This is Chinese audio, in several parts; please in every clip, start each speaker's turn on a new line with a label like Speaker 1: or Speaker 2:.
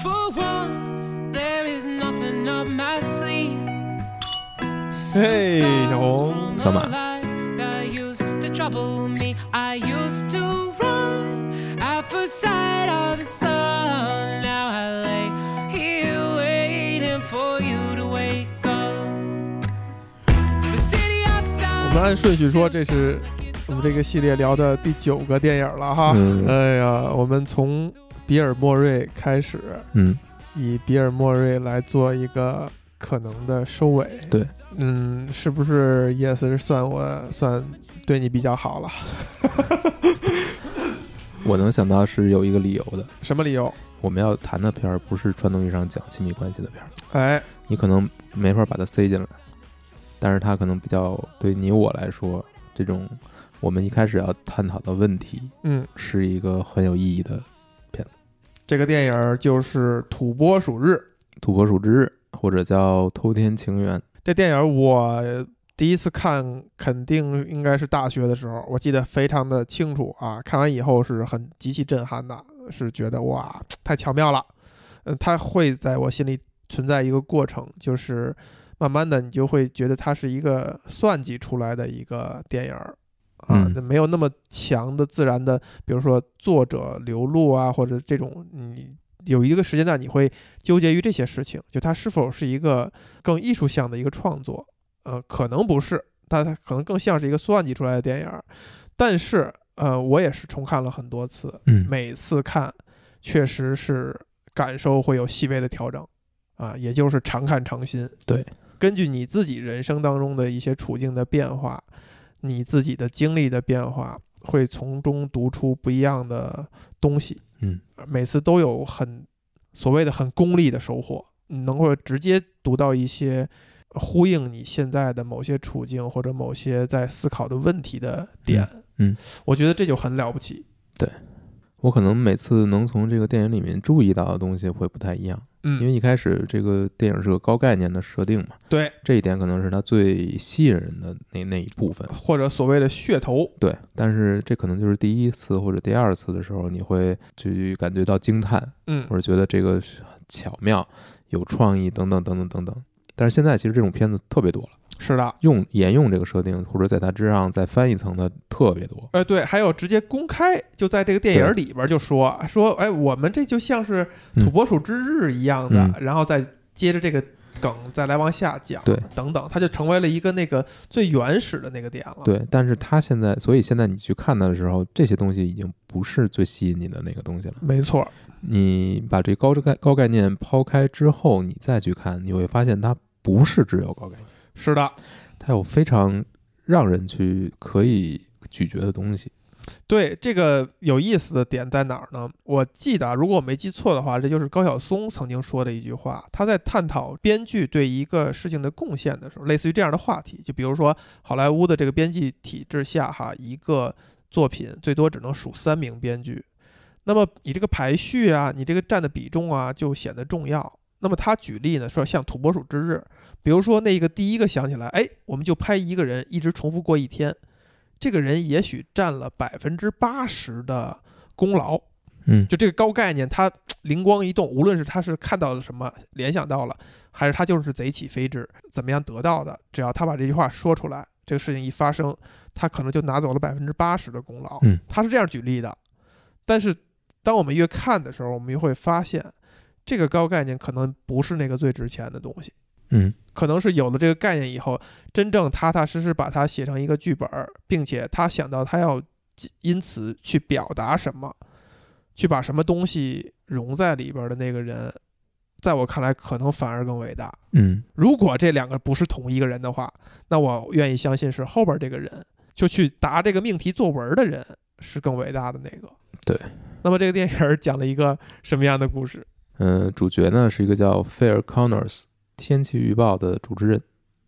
Speaker 1: For once, there is nothing up my sleeve.
Speaker 2: Hey, 小红
Speaker 1: 什么？
Speaker 2: 我们按顺序说，这是我们这个系列聊的第九个电影了哈。
Speaker 3: 嗯
Speaker 2: 哎呀，我们从比尔·莫瑞开始，
Speaker 3: 嗯，
Speaker 2: 以比尔·莫瑞来做一个可能的收尾。
Speaker 3: 对，
Speaker 2: 嗯，是不是 Yes 算我算对你比较好 了？
Speaker 3: 我能想到是有一个理由的。
Speaker 2: 什么理由？
Speaker 3: 我们要谈的片儿不是传统意义上讲亲密关系的片儿，
Speaker 2: 哎，
Speaker 3: 你可能没法把它塞进来，但是它可能比较对你我来说，这种我们一开始要探讨的问题
Speaker 2: 嗯，
Speaker 3: 是一个很有意义的
Speaker 2: 这个电影就是《土拨鼠日》。
Speaker 3: 土拨鼠之日，或者叫偷天情缘。
Speaker 2: 这电影我第一次看，肯定应该是大学的时候，我记得非常的清楚啊。看完以后是很极其震撼的，是觉得哇，太巧妙了。嗯，它会在我心里存在一个过程，就是慢慢的你就会觉得它是一个算计出来的一个电影儿。啊，
Speaker 3: 嗯
Speaker 2: 那没有那么强的自然的，比如说作者流露啊，或者这种你有一个时间段你会纠结于这些事情，就它是否是一个更艺术向的一个创作，呃，可能不是，但它可能更像是一个算计出来的电影儿。但是，呃，我也是重看了很多次，
Speaker 3: 嗯
Speaker 2: 每次看确实是感受会有细微的调整，啊，也就是常看常新。
Speaker 3: 对，
Speaker 2: 根据你自己人生当中的一些处境的变化，你自己的经历的变化，会从中读出不一样的东西。
Speaker 3: 嗯，
Speaker 2: 每次都有很所谓的很功利的收获，你能够直接读到一些呼应你现在的某些处境或者某些在思考的问题的点。
Speaker 3: 嗯嗯
Speaker 2: 我觉得这就很了不起。
Speaker 3: 我可能每次能从这个电影里面注意到的东西会不太一样，
Speaker 2: 嗯
Speaker 3: 因为一开始这个电影是个高概念的设定嘛，
Speaker 2: 对，
Speaker 3: 这一点可能是它最吸引人的那那一部分。
Speaker 2: 或者所谓的噱头，
Speaker 3: 对，但是这可能就是第一次或者第二次的时候，你会去感觉到惊叹，
Speaker 2: 嗯
Speaker 3: 或者觉得这个巧妙、有创意等等等等等等。但是现在其实这种片子特别多了，
Speaker 2: 是的，
Speaker 3: 用沿用这个设定，或者在它之上再翻一层的特别多。
Speaker 2: 呃，对，还有直接公开就在这个电影里边就说说，哎，我们这就像是
Speaker 3: 嗯
Speaker 2: 土拨鼠之日一样的，
Speaker 3: 嗯
Speaker 2: 然后再接着这个梗再来往下讲，
Speaker 3: 对，
Speaker 2: 等等，它就成为了一个那个最原始的那个点了，，
Speaker 3: 对，但是它现在，所以现在你去看它的时候，这些东西已经不是最吸引你的那个东西了。
Speaker 2: 没错，
Speaker 3: 你把这高概高概念抛开之后，你再去看，你会发现它不是只有高概念，
Speaker 2: 是的，
Speaker 3: 它有非常让人去可以咀嚼的东西。
Speaker 2: 对，这个有意思的点在哪儿呢？我记得啊，如果我没记错的话，这就是高晓松曾经说的一句话。他在探讨编剧对一个事情的贡献的时候，类似于这样的话题，就比如说好莱坞的这个编辑体制下，哈，一个作品最多只能数三名编剧，那么你这个排序啊，你这个占的比重啊，就显得重要。那么他举例呢，说像《土拨鼠之日》，比如说那个第一个想起来，哎，我们就拍一个人一直重复过一天，这个人也许占了百分之八十的功劳。
Speaker 3: 嗯，
Speaker 2: 就这个高概念，他灵光一动，无论是他是看到了什么，联想到了，还是他就是贼起飞智，怎么样得到的，只要他把这句话说出来，这个事情一发生，他可能就拿走了百分之八十的功劳。
Speaker 3: 嗯，
Speaker 2: 他是这样举例的。但是，当我们越看的时候，我们就会发现，这个高概念可能不是那个最值钱的东西。
Speaker 3: 嗯，
Speaker 2: 可能是有了这个概念以后，真正踏踏实实把它写成一个剧本儿，并且他想到他要记因此去表达什么，去把什么东西融在里边儿的那个人，在我看来可能反而更伟大。
Speaker 3: 嗯，
Speaker 2: 如果这两个不是同一个人的话，那我愿意相信是后边这个人，就去答这个命题作文的人是更伟大的那个。
Speaker 3: 对。
Speaker 2: 那么这个电影儿讲了一个什么样的故事？
Speaker 3: 呃，主角呢是一个叫菲尔·康 n 斯天气预报的主持人，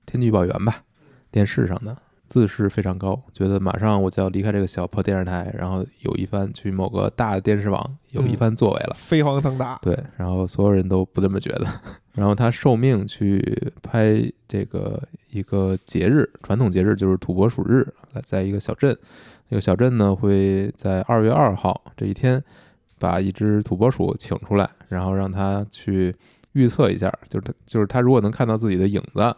Speaker 3: 天气预报员吧，电视上的自视非常高，觉得马上我就要离开这个小破电视台，然后有一番去某个大的电视网有一番作为了。
Speaker 2: 飞黄腾达。
Speaker 3: 对，然后所有人都不这么觉得。 然后他受命去拍这个一个节日，传统节日就是土拨鼠日，来在一个小镇。那个小镇呢会在二月二号这一天把一只土拨鼠请出来，然后让它去预测一下，就是它就是它如果能看到自己的影子，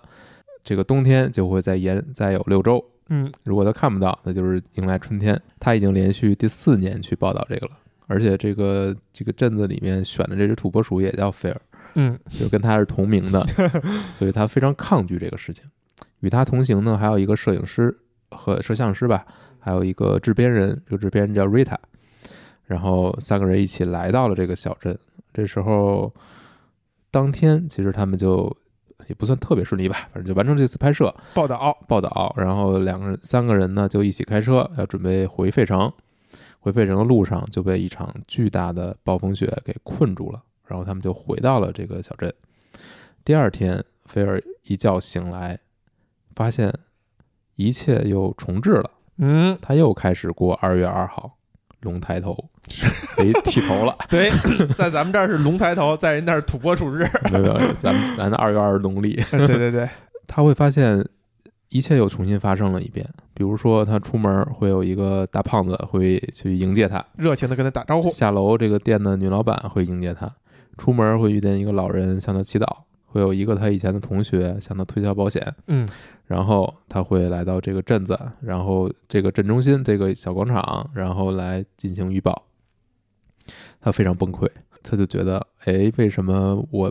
Speaker 3: 这个冬天就会再延再有六周。
Speaker 2: 嗯，
Speaker 3: 如果他看不到，那就是迎来春天。他已经连续第四年去报道这个了，而且这个这个镇子里面选的这只土拨鼠也叫菲尔，
Speaker 2: 嗯，
Speaker 3: 就跟他是同名的，所以他非常抗拒这个事情。与他同行呢，还有一个摄影师和摄像师吧，还有一个制片人，这个制片人叫 Rita。然后三个人一起来到了这个小镇。这时候，当天其实他们就也不算特别顺利吧，反正就完成这次拍摄。
Speaker 2: 报道，
Speaker 3: 报道，然后两个人、三个人呢就一起开车，要准备回费城。回费城的路上就被一场巨大的暴风雪给困住了，然后他们就回到了这个小镇。第二天，菲尔一觉醒来，发现一切又重置了，
Speaker 2: 嗯，
Speaker 3: 他又开始过二月二号龙抬头，没剃头了。
Speaker 2: 对， 在咱们这儿是龙抬头，在人那儿土拨鼠日，
Speaker 3: 没有，没有咱们咱的二月二是农历，
Speaker 2: 对对对，
Speaker 3: 他会发现一切又重新发生了一遍。比如说，他出门会有一个大胖子会去迎接他，
Speaker 2: 热情的跟他打招呼，
Speaker 3: 下楼这个店的女老板会迎接他，出门会遇见一个老人向他祈祷，会有一个他以前的同学向他推销保险，
Speaker 2: 嗯，
Speaker 3: 然后他会来到这个镇子，然后这个镇中心这个小广场，然后来进行预报。他非常崩溃，他就觉得，哎，为什么我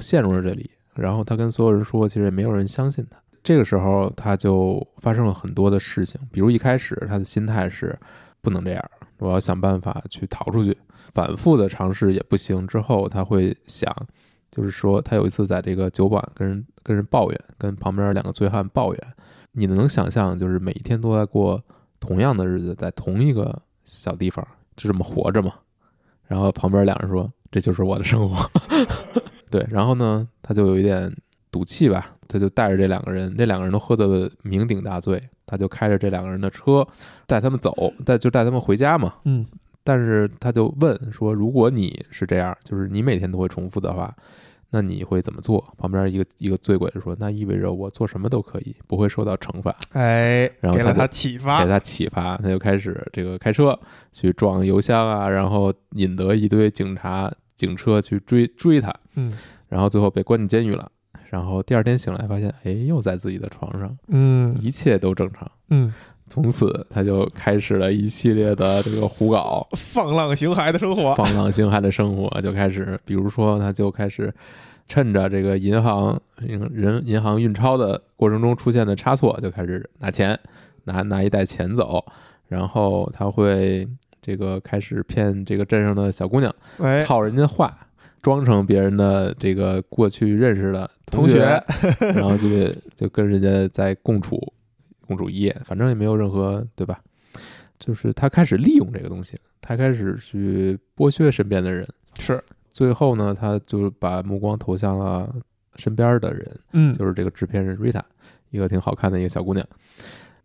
Speaker 3: 陷入了这里？然后他跟所有人说，其实也没有人相信他。这个时候，他就发生了很多的事情，比如一开始他的心态是不能这样，我要想办法去逃出去，反复的尝试也不行。之后他会想，就是说，他有一次在这个酒馆跟人跟人抱怨，跟旁边两个醉汉抱怨，你能想象，就是每一天都在过同样的日子，在同一个小地方，就这么活着嘛。然后旁边两人说：“这就是我的生活。” 对，然后呢，他就有一点赌气吧，他就带着这两个人，这两个人都喝得酩酊大醉，他就开着这两个人的车带他们走，带就带他们回家嘛。
Speaker 2: 嗯，
Speaker 3: 但是他就问说，如果你是这样，就是你每天都会重复的话，那你会怎么做？旁边一个一个醉鬼说，那意味着我做什么都可以，不会受到惩罚，
Speaker 2: 哎，
Speaker 3: 然后
Speaker 2: 给
Speaker 3: 他
Speaker 2: 了
Speaker 3: 就
Speaker 2: 他启
Speaker 3: 给
Speaker 2: 发，
Speaker 3: 他启发，他就开始这个开车去撞油箱啊，然后引得一堆警察警车去追追他，
Speaker 2: 嗯
Speaker 3: 然后最后被关进监狱了。然后第二天醒来，发现哎，又在自己的床上，
Speaker 2: 嗯
Speaker 3: 一切都正常。
Speaker 2: 嗯，
Speaker 3: 从此，他就开始了一系列的这个胡搞，
Speaker 2: 放浪形骸的生活，
Speaker 3: 放浪形骸的生活就开始，比如说他就开始趁着这个银行人银行运钞的过程中出现的差错，就开始拿钱，拿拿一袋钱走，然后他会这个开始骗这个镇上的小姑娘，
Speaker 2: 哎，
Speaker 3: 套人家话，装成别人的这个过去认识的
Speaker 2: 同
Speaker 3: 学，
Speaker 2: 学
Speaker 3: 然后就就跟人家在共处共处一夜，反正也没有任何对吧？就是他开始利用这个东西，他开始去剥削身边的人，
Speaker 2: 是，
Speaker 3: 最后呢，他就把目光投向了身边的人，
Speaker 2: 嗯，
Speaker 3: 就是这个制片人 Rita，一个挺好看的一个小姑娘，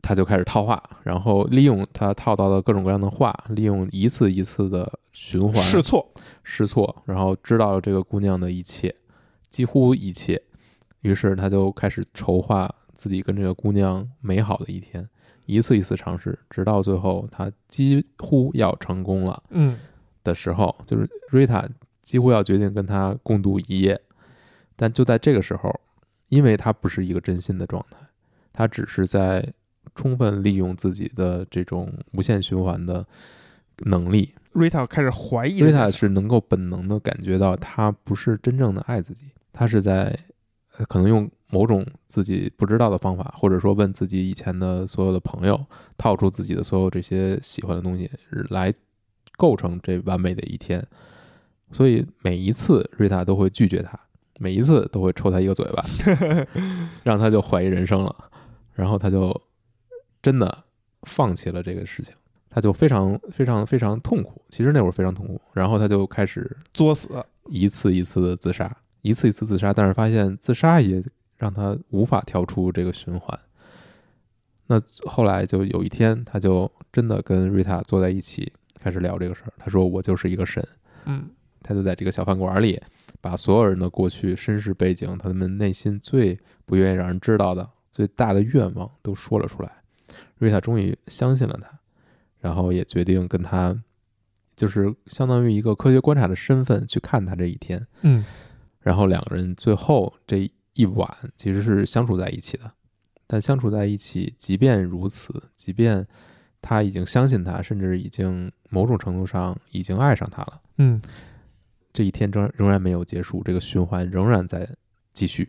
Speaker 3: 她就开始套话，然后利用她套到的各种各样的话，利用一次一次的循环
Speaker 2: 试错，
Speaker 3: 试错，然后知道了这个姑娘的一切，几乎一切。于是他就开始筹划自己跟这个姑娘美好的一天，一次一次尝试，直到最后他几乎要成功了
Speaker 2: 嗯
Speaker 3: 的时候，就是瑞塔几乎要决定跟他共度一夜。但就在这个时候，因为他不是一个真心的状态，他只是在充分利用自己的这种无限循环的能力，
Speaker 2: ，Rita 开始怀疑
Speaker 3: 瑞
Speaker 2: 了，
Speaker 3: 塔是能够本能的感觉到，他不是真正的爱自己，他是在呃可能用某种自己不知道的方法，或者说问自己以前的所有的朋友，套出自己的所有这些喜欢的东西，来构成这完美的一天。所以每一次瑞塔都会拒绝他，每一次都会抽他一个嘴巴，让他就怀疑人生了。然后他就真的放弃了这个事情，他就非常非常非常痛苦。其实那会儿非常痛苦，然后他就开始
Speaker 2: 作死，
Speaker 3: 一次一次的自杀，一次一次自杀，但是发现自杀也让他无法跳出这个循环。那后来就有一天，他就真的跟瑞塔坐在一起，开始聊这个事儿。他说：“我就是一个神。”
Speaker 2: 嗯
Speaker 3: 他就在这个小饭馆里，把所有人的过去、身世背景、他们内心最不愿意让人知道的、最大的愿望都说了出来。瑞塔终于相信了他，然后也决定跟他就是相当于一个科学观察的身份去看他这一天。
Speaker 2: 嗯，
Speaker 3: 然后两个人最后这一晚其实是相处在一起的，但相处在一起，即便如此，即便他已经相信他，甚至已经某种程度上已经爱上他了，
Speaker 2: 嗯，
Speaker 3: 这一天仍仍然没有结束，这个循环仍然在继续。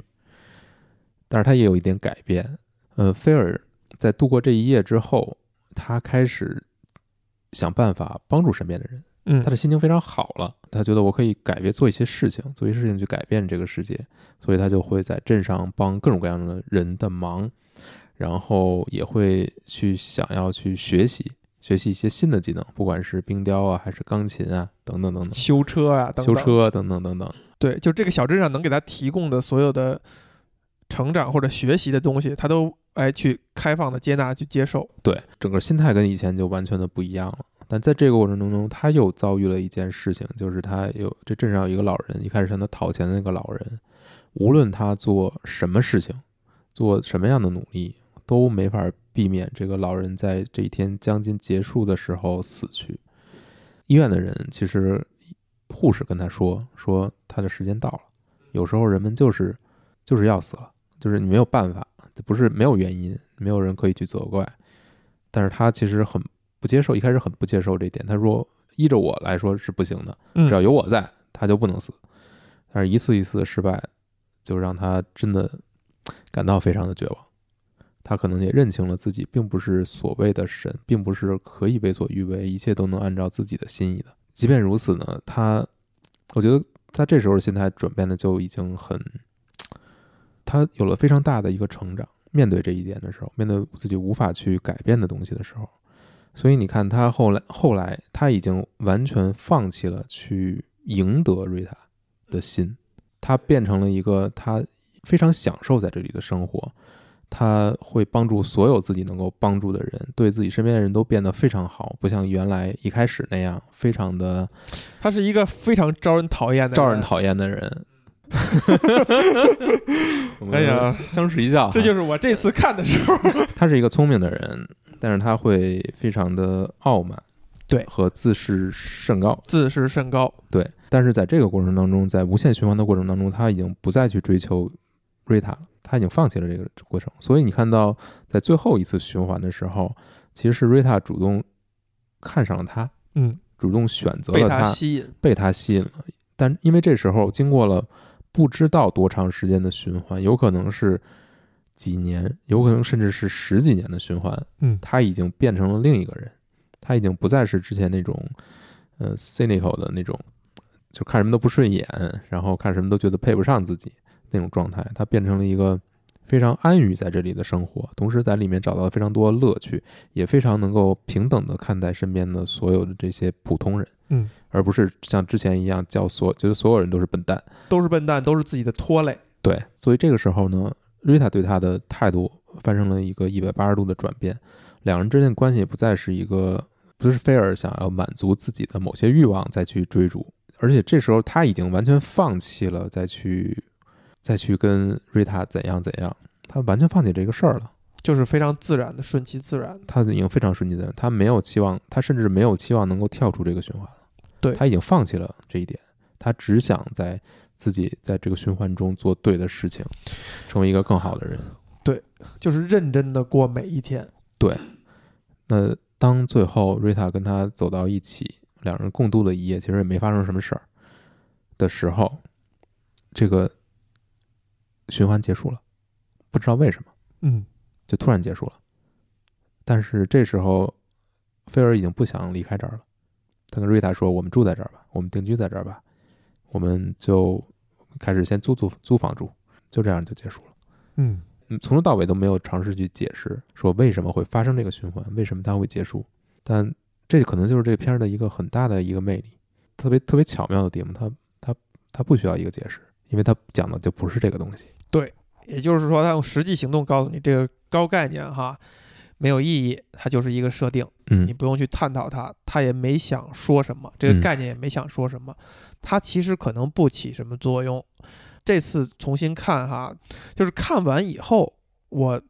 Speaker 3: 但是他也有一点改变，呃，菲尔在度过这一夜之后，他开始想办法帮助身边的人。
Speaker 2: 嗯，
Speaker 3: 他的心情非常好了，他觉得我可以改变做一些事情，做一些事情去改变这个世界，所以他就会在镇上帮各种各样的人的忙，然后也会去想要去学习，学习一些新的技能，不管是冰雕啊，还是钢琴啊，等等等等，
Speaker 2: 修车啊，等等
Speaker 3: 修，车等等等等。
Speaker 2: 对，就这个小镇上能给他提供的所有的成长或者学习的东西，他都哎去开放的接纳去接受。
Speaker 3: 对，整个心态跟以前就完全的不一样了。但在这个过程当中，他又遭遇了一件事情，就是他有这镇上有一个老人，一开始向他讨钱的那个老人，无论他做什么事情，做什么样的努力，都没法避免这个老人在这一天将近结束的时候死去。医院的人其实护士跟他说，说他的时间到了。有时候人们就是就是要死了，就是你没有办法，这不是没有原因，没有人可以去责怪。但是他其实很不接受，一开始很不接受这一点。他说，依着我来说是不行的，
Speaker 2: 嗯
Speaker 3: 只要有我在，他就不能死。但是一次一次的失败，就让他真的感到非常的绝望。他可能也认清了自己并不是所谓的神，并不是可以为所欲为，一切都能按照自己的心意的。即便如此呢，他，我觉得他这时候的心态转变的就已经很，他有了非常大的一个成长。面对这一点的时候，面对自己无法去改变的东西的时候，所以你看他后来，后来他已经完全放弃了去赢得瑞塔的心，他变成了一个他非常享受在这里的生活，他会帮助所有自己能够帮助的人，对自己身边的人都变得非常好，不像原来一开始那样非常的
Speaker 2: 他是一个非常招人讨厌的，
Speaker 3: 招人。讨厌的人。 我们
Speaker 2: 哎呀
Speaker 3: 相视一笑哈，
Speaker 2: 这就是我这次看的时 候，
Speaker 3: 他是一个聪明的人，但是他会非常的傲慢，
Speaker 2: 对
Speaker 3: 和自视甚高，
Speaker 2: 自视甚高。
Speaker 3: 对。但是在这个过程当中，在无限循环的过程当中，他已经不再去追求瑞塔了，他已经放弃了这个过程。所以你看到，在最后一次循环的时候，其实是瑞塔主动看上了他，
Speaker 2: 嗯，
Speaker 3: 主动选择
Speaker 2: 被
Speaker 3: 了
Speaker 2: 他吸引。
Speaker 3: 被他吸引了。但因为这时候经过了不知道多长时间的循环，有可能是几年，有可能甚至是十几年的循环，
Speaker 2: 嗯
Speaker 3: 他已经变成了另一个人，他已经不再是之前那种呃 cynical 的那种，就看什么都不顺眼，然后看什么都觉得配不上自己那种状态，他变成了一个。非常安于在这里的生活，同时在里面找到了非常多的乐趣，也非常能够平等的看待身边的所有的这些普通人。
Speaker 2: 嗯，
Speaker 3: 而不是像之前一样叫所觉得所有人都是笨蛋。
Speaker 2: 都是笨蛋，都是自己的拖累。
Speaker 3: 对，所以这个时候呢，瑞塔对他的态度发生了一个一百八十度的转变，两人之间的关系不再是一个不是菲尔想要满足自己的某些欲望再去追逐，而且这时候他已经完全放弃了再去再去跟瑞塔怎样怎样，他完全放弃这个事儿了。
Speaker 2: 就是非常自然的，顺其自然的。
Speaker 3: 他已经非常顺其自然，他没有期望，他甚至没有期望能够跳出这个循环了。
Speaker 2: 对
Speaker 3: 他已经放弃了这一点，他只想在自己在这个循环中做对的事情，成为一个更好的人。
Speaker 2: 就是认真的过每一天。
Speaker 3: 那当最后瑞塔跟他走到一起，两人共度了一夜，其实也没发生什么事儿的时候，这个循环结束了，不知道为什么。
Speaker 2: 嗯，
Speaker 3: 就突然结束了。但是这时候，菲尔已经不想离开这儿了。他跟瑞塔说：“我们住在这儿吧，我们定居在这儿吧，我们就开始先租租租房住。”就这样就结束了。
Speaker 2: 嗯，
Speaker 3: 嗯，从头到尾都没有尝试去解释说为什么会发生这个循环，为什么它会结束。但这可能就是这片儿的一个很大的一个魅力，特别特别巧妙的地方。它它它不需要一个解释，因为它讲的就不是这个东西。
Speaker 2: 也就是说，他用实际行动告诉你这个高概念哈没有意义，它就是一个设定，
Speaker 3: 嗯
Speaker 2: 你，不用去探讨它，它也没想说什么，这个
Speaker 3: 嗯
Speaker 2: 概念也没想说什么，它其实可能不起什么作用。这次重新看哈，就是看完以后，我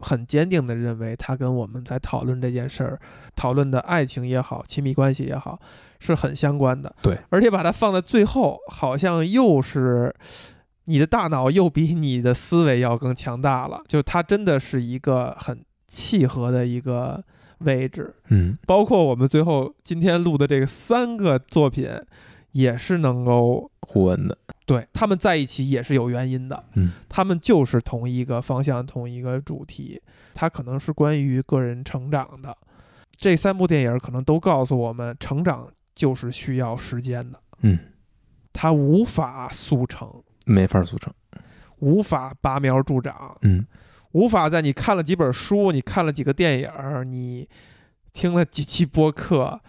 Speaker 2: 很坚定地认为，他跟我们在讨论这件事儿，讨论的爱情也好，亲密关系也好，是很相关的。
Speaker 3: 对，
Speaker 2: 而且把它放在最后，好像又是你的大脑又比你的思维要更强大了。就它真的是一个很契合的一个位置。
Speaker 3: 嗯，
Speaker 2: 包括我们最后今天录的这个三个作品，也是能够
Speaker 3: 互文的，
Speaker 2: 对他们在一起也是有原因的。
Speaker 3: 嗯，
Speaker 2: 他们就是同一个方向、同一个主题，它可能是关于个人成长的。这三部电影可能都告诉我们，成长就是需要时间的。
Speaker 3: 嗯，
Speaker 2: 它无法速成，
Speaker 3: 没法组成。
Speaker 2: 无法拔苗助长，
Speaker 3: 嗯，
Speaker 2: 无法在你看了几本书、你看了几个电影儿、你听了几期播客，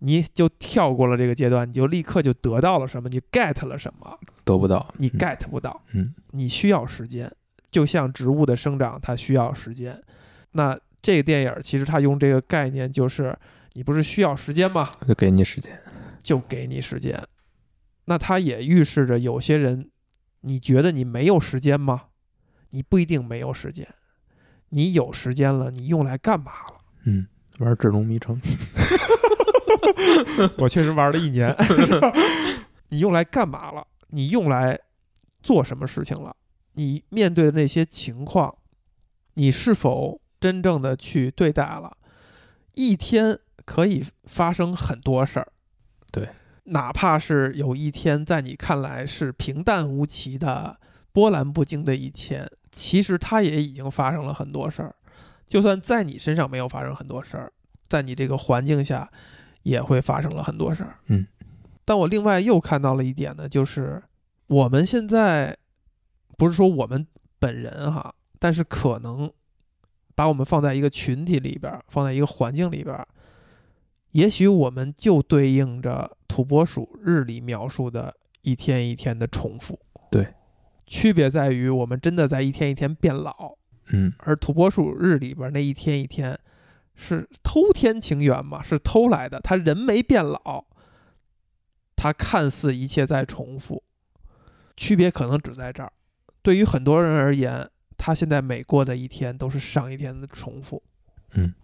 Speaker 2: 你就跳过了这个阶段，你就立刻就得到了什么，你 get 了什么，
Speaker 3: 得不到
Speaker 2: 你
Speaker 3: 嗯
Speaker 2: get 不到。
Speaker 3: 嗯
Speaker 2: 你需要时间，就像植物的生长，它需要时间。那这个电影儿其实它用这个概念就是，你不是需要时间吗？
Speaker 3: 嗯就给你时间。
Speaker 2: 就给你时间。那它也预示着有些人，你觉得你没有时间吗？你不一定没有时间，你有时间了，你用来干嘛了？
Speaker 3: 嗯，玩智龙迷城。
Speaker 2: 我确实玩了一年， 你用来干嘛了？你用来做什么事情了？你面对的那些情况，你是否真正的去对待了？一天可以发生很多事儿，
Speaker 3: 对，
Speaker 2: 哪怕是有一天在你看来是平淡无奇的、波澜不惊的一天，其实它也已经发生了很多事儿。就算在你身上没有发生很多事儿，在你这个环境下也会发生了很多事儿。
Speaker 3: 嗯，
Speaker 2: 但我另外又看到了一点呢，就是我们现在不是说我们本人哈，但是可能把我们放在一个群体里边儿，放在一个环境里边儿，也许我们就对应着土拨鼠日里描述的一天一天的重复。
Speaker 3: 对，
Speaker 2: 区别在于我们真的在一天一天变老，
Speaker 3: 嗯，
Speaker 2: 而土拨鼠日里边那一天一天是偷天情缘嘛，是偷来的。他人没变老，他看似一切在重复，区别可能只在这儿。对于很多人而言，他现在每过的一天都是上一天的重复。
Speaker 3: 嗯，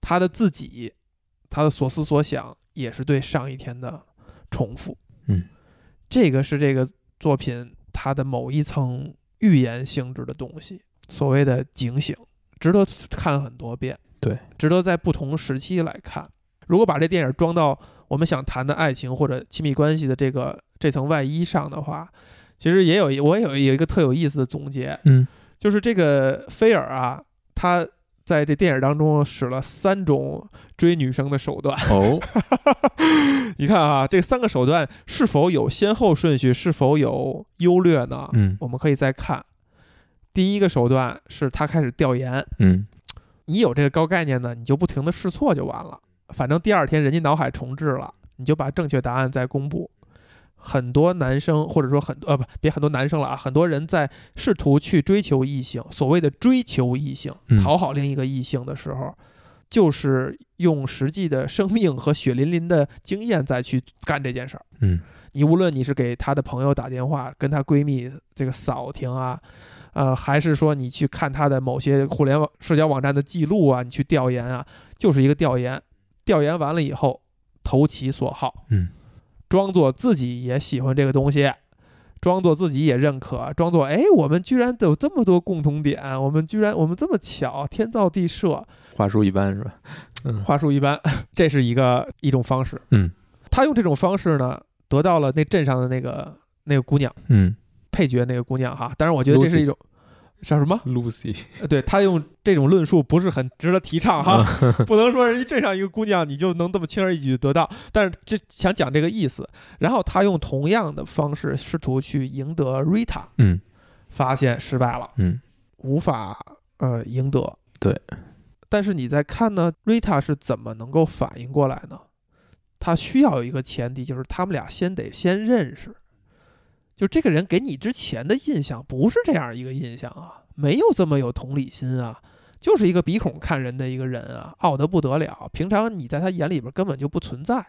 Speaker 2: 他的自己，他的所思所想也是对上一天的重复。
Speaker 3: 嗯，
Speaker 2: 这个是这个作品它的某一层预言性质的东西。所谓的警醒，值得看很多遍，
Speaker 3: 对，
Speaker 2: 值得在不同时期来看。如果把这电影装到我们想谈的爱情或者亲密关系的这个这层外衣上的话，其实也有一我也有有一个特有意思的总结，
Speaker 3: 嗯，
Speaker 2: 就是这个菲尔啊，他在这电影当中使了三种追女生的手段。
Speaker 3: 哦，
Speaker 2: 你看啊，这三个手段是否有先后顺序，是否有优劣呢？
Speaker 3: 嗯
Speaker 2: 我们可以再看。第一个手段是他开始调研，
Speaker 3: 嗯
Speaker 2: 你有这个高概念呢，你就不停的试错就完了。反正第二天人家脑海重置了，你就把正确答案再公布。很多男生或者说很多呃不别很多男生了啊，很多人在试图去追求异性，所谓的追求异性
Speaker 3: 嗯，
Speaker 2: 讨好另一个异性的时候，就是用实际的生命和血淋淋的经验再去干这件事儿。
Speaker 3: 嗯，
Speaker 2: 你无论你是给她的朋友打电话，跟她闺蜜这个扫听啊，呃，还是说你去看她的某些互联网社交网站的记录啊，你去调研啊，就是一个调研。调研完了以后，投其所好，
Speaker 3: 嗯，
Speaker 2: 装作自己也喜欢这个东西，装作自己也认可，装作哎，我们居然有这么多共同点，我们居然我们这么巧，天造地设，
Speaker 3: 话术一般是吧？嗯
Speaker 2: 话术一般， 这是一个一种方式。
Speaker 3: 嗯，
Speaker 2: 他用这种方式呢，得到了那镇上的那个那个姑娘，
Speaker 3: 嗯
Speaker 2: 配角那个姑娘哈。但是我觉得这是
Speaker 3: Lucy
Speaker 2: 一种叫什么？
Speaker 3: ，Lucy，
Speaker 2: 呃对他用这种论述不是很值得提倡哈， 不能说人家镇上一个姑娘你就能这么轻而易举得到。但是这想讲这个意思。然后他用同样的方式试图去赢得 Rita，
Speaker 3: 嗯
Speaker 2: 发现失败了。
Speaker 3: 嗯
Speaker 2: 无法呃赢得。
Speaker 3: 对，
Speaker 2: 但是你在看呢，Rita 是怎么能够反应过来呢？他需要有一个前提，就是他们俩先得先认识，就这个人给你之前的印象不是这样一个印象啊，没有这么有同理心啊，就是一个鼻孔看人的一个人啊，傲得不得了。平常你在他眼里边根本就不存在，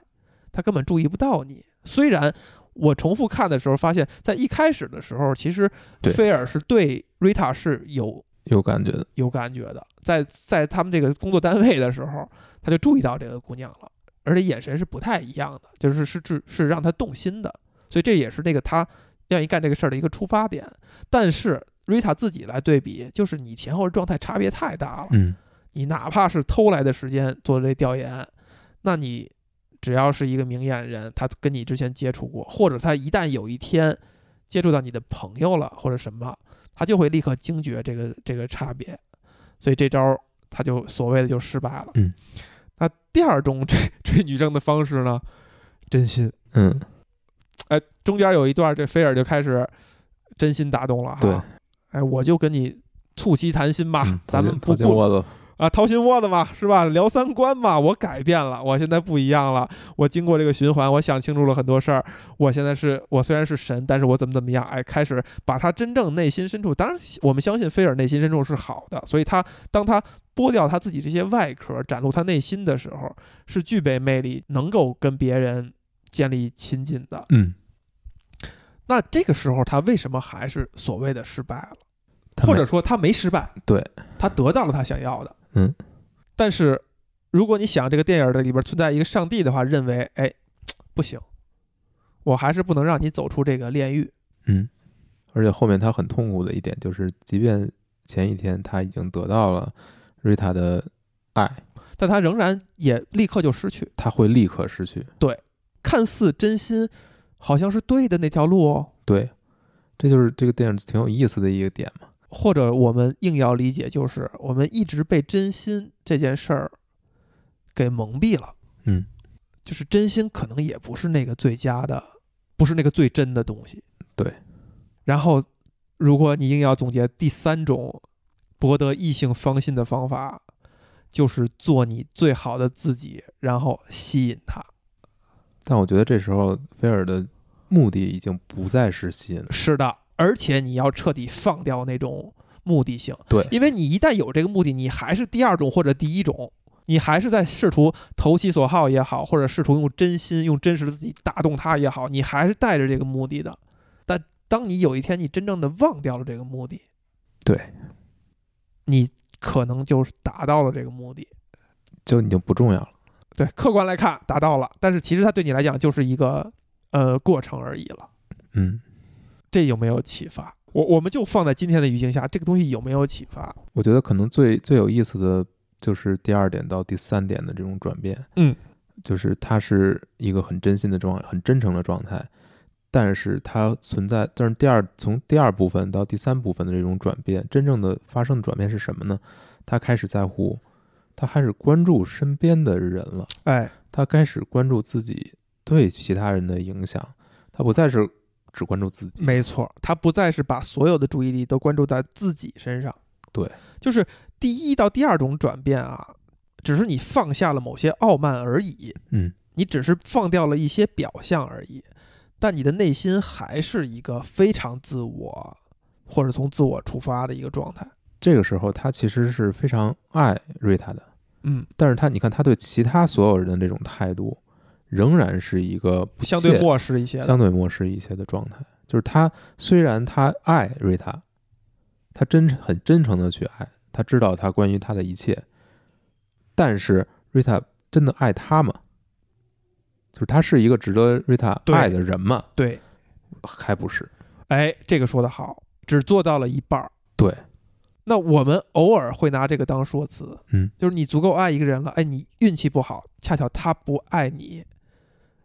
Speaker 2: 他根本注意不到你。虽然我重复看的时候发现，在一开始的时候，其实
Speaker 3: 对
Speaker 2: 菲尔是对 Rita 是有
Speaker 3: 有感觉的，
Speaker 2: 有感觉的，在在他们这个工作单位的时候，他就注意到这个姑娘了，而且眼神是不太一样的，就是是是是让他动心的，所以这也是那个他愿意干这个事儿的一个出发点。但是瑞塔自己来对比，就是你前后状态差别太大了，
Speaker 3: 嗯，
Speaker 2: 你哪怕是偷来的时间做这调研，那你只要是一个明眼人，他跟你之前接触过，或者他一旦有一天接触到你的朋友了或者什么，他就会立刻惊觉这个这个差别，所以这招儿他就所谓的就失败了。
Speaker 3: 嗯，
Speaker 2: 那第二种追 追女生的方式呢，真心。
Speaker 3: 嗯，
Speaker 2: 哎，中间有一段，这菲尔就开始真心打动了哈。
Speaker 3: 对，
Speaker 2: 哎，我就跟你促膝谈心吧，
Speaker 3: 嗯
Speaker 2: 咱们
Speaker 3: 掏
Speaker 2: 不
Speaker 3: 心
Speaker 2: 顾
Speaker 3: 窝子，
Speaker 2: 啊，掏心窝子嘛，是吧？聊三观嘛，我改变了，我现在不一样了。我经过这个循环，我想清楚了很多事儿。我现在是我虽然是神，但是我怎么怎么样？哎，开始把他真正内心深处，当然我们相信菲尔内心深处是好的，所以他当他剥掉他自己这些外壳，展露他内心的时候，是具备魅力，能够跟别人建立亲近的。
Speaker 3: 嗯，
Speaker 2: 那这个时候他为什么还是所谓的失败了？
Speaker 3: 他
Speaker 2: 或
Speaker 3: 没
Speaker 2: 者说他没失败，
Speaker 3: 对，
Speaker 2: 他得到了他想要的，
Speaker 3: 嗯。
Speaker 2: 但是如果你想这个电影的里边存在一个上帝的话，认为哎不行，我还是不能让你走出这个炼狱。
Speaker 3: 嗯，而且后面他很痛苦的一点就是，即便前一天他已经得到了瑞塔的爱，
Speaker 2: 但他仍然也立刻就失去，
Speaker 3: 他会立刻失去。
Speaker 2: 看似真心好像是对的那条路哦，
Speaker 3: 对，这就是这个电影挺有意思的一个点嘛。
Speaker 2: 或者我们硬要理解就是我们一直被真心这件事儿给蒙蔽了，
Speaker 3: 嗯，
Speaker 2: 就是真心可能也不是那个最佳的，不是那个最真的东西。
Speaker 3: 对。
Speaker 2: 然后，如果你硬要总结第三种博得异性芳心的方法，就是做你最好的自己，然后吸引他。
Speaker 3: 但我觉得这时候菲尔的目的已经不再是吸引了，
Speaker 2: 是的，而且你要彻底放掉那种目的性。
Speaker 3: 对
Speaker 2: 因为你一旦有这个目的，你还是第二种或者第一种，你还是在试图投其所好也好，或者试图用真心、用真实的自己打动他也好，你还是带着这个目的的。但当你有一天你真正的忘掉了这个目的，
Speaker 3: 对，
Speaker 2: 你可能就是达到了这个目的。
Speaker 3: 就已经不重要了。
Speaker 2: 对，客观来看达到了，但是其实它对你来讲就是一个呃过程而已了。
Speaker 3: 嗯，
Speaker 2: 这有没有启发？我我们就放在今天的语境下，这个东西有没有启发？
Speaker 3: 我觉得可能最最有意思的就是第二点到第三点的这种转变。
Speaker 2: 嗯，
Speaker 3: 就是他是一个很真心的状态，很真诚的状态，但是它存在，但是第二从第二部分到第三部分的这种转变，真正的发生的转变是什么呢？他开始在乎，他开始关注身边的人了，
Speaker 2: 哎，
Speaker 3: 他开始关注自己对其他人的影响，他不再是只关注自己。
Speaker 2: 没错，他不再是把所有的注意力都关注在自己身上。
Speaker 3: 对，
Speaker 2: 就是第一到第二种转变啊，只是你放下了某些傲慢而已，
Speaker 3: 嗯，
Speaker 2: 你只是放掉了一些表象而已，但你的内心还是一个非常自我，或者从自我出发的一个状态。
Speaker 3: 这个时候他其实是非常爱瑞塔的，
Speaker 2: 嗯，
Speaker 3: 但是他你看他对其他所有人的这种态度，仍然是一个不
Speaker 2: 相
Speaker 3: 屑
Speaker 2: 对漠视一些的，
Speaker 3: 相对漠视一些的状态。就是他虽然他爱瑞塔，他真很真诚的去爱，他知道他关于他的一切，但是瑞塔真的爱他吗？就是他是一个值得瑞塔
Speaker 2: 对
Speaker 3: 爱的人吗？
Speaker 2: 对，
Speaker 3: 还不是。
Speaker 2: 哎，这个说得好，只做到了一半儿。
Speaker 3: 对，
Speaker 2: 那我们偶尔会拿这个当说辞，
Speaker 3: 嗯，
Speaker 2: 就是你足够爱一个人了，哎，你运气不好，恰巧他不爱你，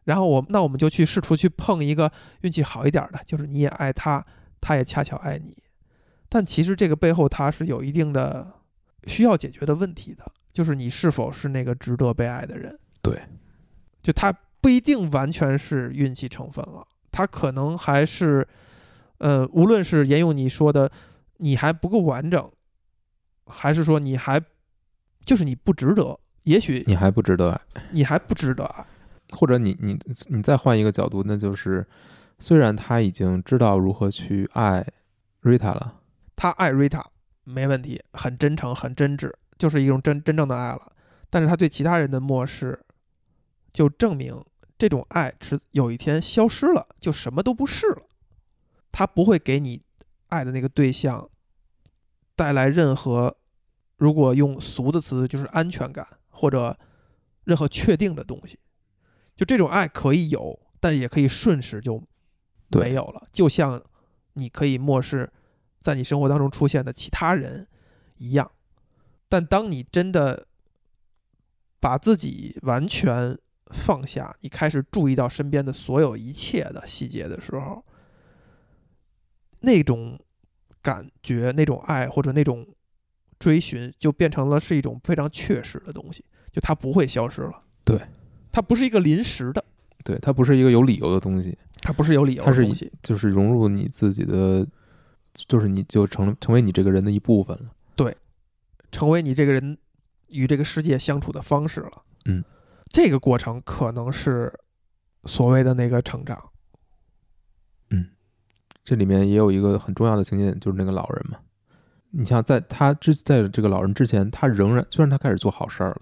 Speaker 2: 然后我那我们就去试图去碰一个运气好一点儿的，就是你也爱他，他也恰巧爱你，但其实这个背后它是有一定的需要解决的问题的，就是你是否是那个值得被爱的人。
Speaker 3: 对，
Speaker 2: 就他不一定完全是运气成分了，他可能还是。呃，无论是沿用你说的，你还不够完整，还是说你还就是你不值得，也许
Speaker 3: 你还不值得爱，
Speaker 2: 你还不值得啊爱。
Speaker 3: 或者你你你再换一个角度，那就是虽然他已经知道如何去爱瑞塔了，
Speaker 2: 他爱瑞塔没问题，很真诚，很真挚，就是一种真真正的爱了。但是他对其他人的漠视，就证明这种爱迟有一天消失了，就什么都不是了。他不会给你爱的那个对象带来任何，如果用俗的词就是安全感或者任何确定的东西。就这种爱可以有，但也可以瞬时就
Speaker 3: 对
Speaker 2: 没有了。就像你可以漠视在你生活当中出现的其他人一样，但当你真的把自己完全放下，你开始注意到身边的所有一切的细节的时候，那种感觉、那种爱或者那种追寻，就变成了是一种非常确实的东西，就它不会消失了。
Speaker 3: 对，
Speaker 2: 它不是一个临时的，
Speaker 3: 对，它不是一个有理由的东西，
Speaker 2: 它不是有理由
Speaker 3: 它
Speaker 2: 的
Speaker 3: 是
Speaker 2: 东西。
Speaker 3: 就是融入你自己的，就是你就成了成为你这个人的一部分了。
Speaker 2: 成为你这个人与这个世界相处的方式了。
Speaker 3: 嗯，
Speaker 2: 这个过程可能是所谓的那个成长。
Speaker 3: 这里面也有一个很重要的情节，就是那个老人嘛。你像在他之在这个老人之前，他仍然虽然他开始做好事儿了，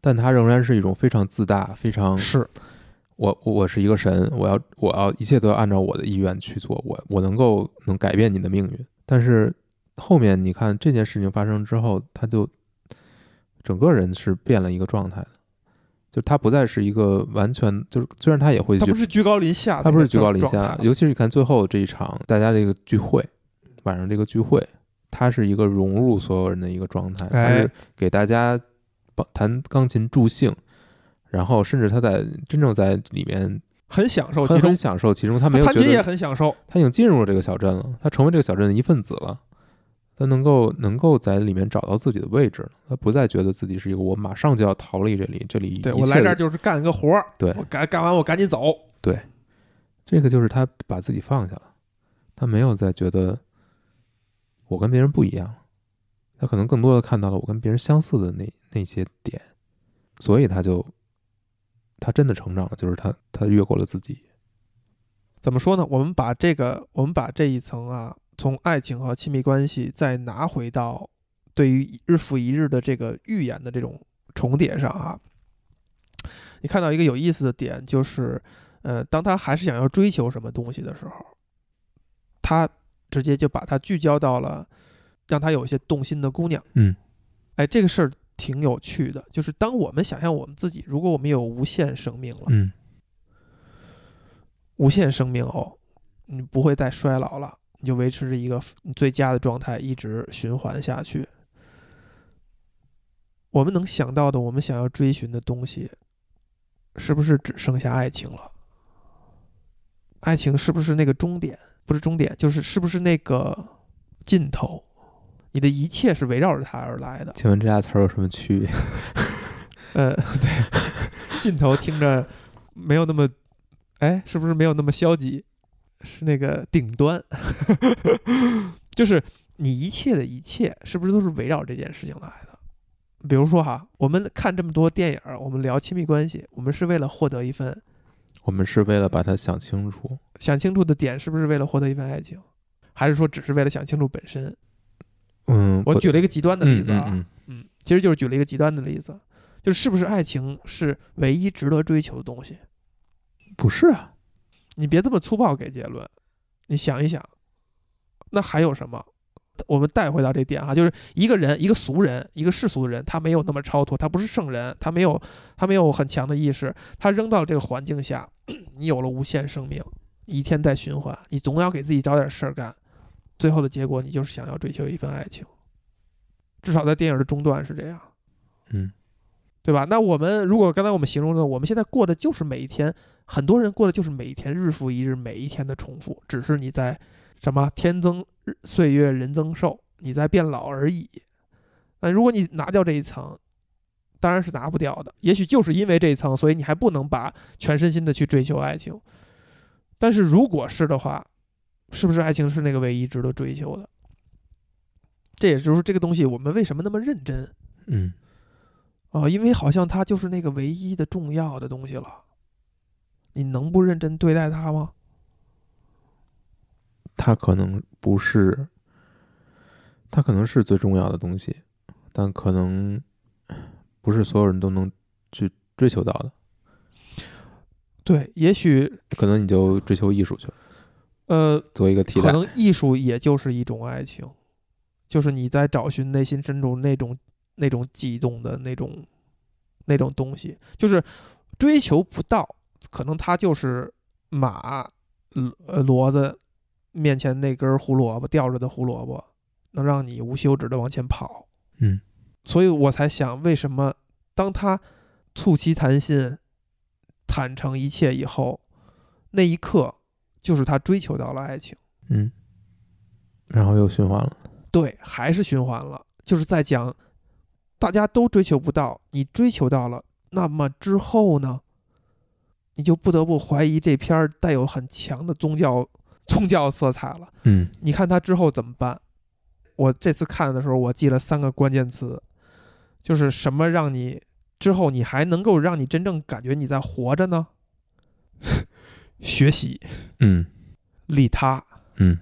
Speaker 3: 但他仍然是一种非常自大、非常
Speaker 2: 是，
Speaker 3: 我我我是一个神，我要我要一切都要按照我的意愿去做，我我能够能改变你的命运。但是后面你看这件事情发生之后，他就整个人是变了一个状态的，就他不再是一个完全就是，虽然他也会
Speaker 2: 他
Speaker 3: 去
Speaker 2: 不是居高临下的那
Speaker 3: 他
Speaker 2: 个状态了，
Speaker 3: 不是居高临下，尤其是你看最后这一场大家这个聚会，晚上这个聚会，他是一个融入所有人的一个状态，他
Speaker 2: 哎
Speaker 3: 是给大家帮弹钢琴助兴，然后甚至他在真正在里面
Speaker 2: 很享受
Speaker 3: 很
Speaker 2: 其中
Speaker 3: 很。享受其中，他没有
Speaker 2: 弹
Speaker 3: 觉
Speaker 2: 琴也
Speaker 3: 得
Speaker 2: 很享受，
Speaker 3: 他已经进入了这个小镇了，他成为这个小镇的一份子了，他能够能够在里面找到自己的位置了，他不再觉得自己是一个我马上就要逃离这里，这里
Speaker 2: 对
Speaker 3: 一
Speaker 2: 我
Speaker 3: 切
Speaker 2: 来这
Speaker 3: 的
Speaker 2: 儿就是干个活儿，
Speaker 3: 对
Speaker 2: 我干干完我赶紧走，
Speaker 3: 这个就是他把自己放下了，他没有再觉得我跟别人不一样了，他可能更多的看到了我跟别人相似的那那些点，所以他就他真的成长了，就是他他越过了自己，
Speaker 2: 怎么说呢？我们把这个，我们把这一层啊，从爱情和亲密关系再拿回到对于日复一日的这个预言的这种重叠上啊。你看到一个有意思的点，就是，呃，当他还是想要追求什么东西的时候，他直接就把它聚焦到了让他有一些动心的姑娘。
Speaker 3: 嗯，
Speaker 2: 哎，这个事儿挺有趣的，就是当我们想象我们自己，如果我们有无限生命了，
Speaker 3: 嗯
Speaker 2: 无限生命哦，你不会再衰老了，你就维持着一个你最佳的状态，一直循环下去。我们能想到的，我们想要追寻的东西，是不是只剩下爱情了？爱情是不是那个终点？不是终点，就是是不是那个尽头？你的一切是围绕着它而来的。
Speaker 3: 请问这俩词儿有什么区别？
Speaker 2: 呃，对，尽头听着没有那么，哎，是不是没有那么消极？是那个顶端， 就是你一切的一切，是不是都是围绕这件事情来的？比如说哈，我们看这么多电影儿，我们聊亲密关系，我们是为了获得一份
Speaker 3: 我们是为了把它想清楚，
Speaker 2: 想清楚的点，是不是为了获得一份爱情，还是说只是为了想清楚本身？
Speaker 3: 嗯，
Speaker 2: 我
Speaker 3: 不
Speaker 2: 举了一个极端的例子啊，
Speaker 3: 嗯嗯嗯
Speaker 2: 嗯，其实就是举了一个极端的例子，就是是不是爱情是唯一值得追求的东西？
Speaker 3: 不是啊，
Speaker 2: 你别这么粗暴给结论，你想一想，那还有什么？我们带回到这点哈，就是一个人，一个俗人，一个世俗人，他没有那么超脱，他不是圣人，他没有他没有很强的意识，他扔到这个环境下，你有了无限生命，你一天在循环，你总要给自己找点事儿干，最后的结果你就是想要追求一份爱情，至少在电影的中段是这样。
Speaker 3: 嗯，
Speaker 2: 对吧？那我们如果刚才我们形容的，我们现在过的就是每一天，很多人过的就是每一天日复一日，每一天的重复，只是你在什么天增日岁月人增寿，你在变老而已。那如果你拿掉这一层，当然是拿不掉的。也许就是因为这一层，所以你还不能把全身心的去追求爱情。但是如果是的话，是不是爱情是那个唯一值得追求的？这也就是这个东西，我们为什么那么认真？
Speaker 3: 嗯，
Speaker 2: 啊，因为好像它就是那个唯一的重要的东西了，你能不认真对待它吗？
Speaker 3: 它可能不是，它可能是最重要的东西，但可能不是所有人都能去追求到的。
Speaker 2: 对，也许
Speaker 3: 可能你就追求艺术去了，
Speaker 2: 呃，
Speaker 3: 做一个替
Speaker 2: 可
Speaker 3: 代。
Speaker 2: 能艺术也就是一种爱情，就是你在找寻内心深处那种那种悸动的那种那种东西，就是追求不到，可能它就是马、呃呃骡子面前那根胡萝卜吊着的胡萝卜，能让你无休止的往前跑。
Speaker 3: 嗯，
Speaker 2: 所以我才想，为什么当他促膝谈心、坦诚一切以后，那一刻就是他追求到了爱情。
Speaker 3: 嗯，然后又循环了，
Speaker 2: 对，还是循环了，就是在讲，大家都追求不到，你追求到了，那么之后呢，你就不得不怀疑这片儿带有很强的宗教宗教色彩了。
Speaker 3: 嗯
Speaker 2: 你看他之后怎么办？我这次看的时候，我记了三个关键词，就是什么让你之后你还能够让你真正感觉你在活着呢？ 学习、
Speaker 3: 嗯
Speaker 2: 利他、
Speaker 3: 嗯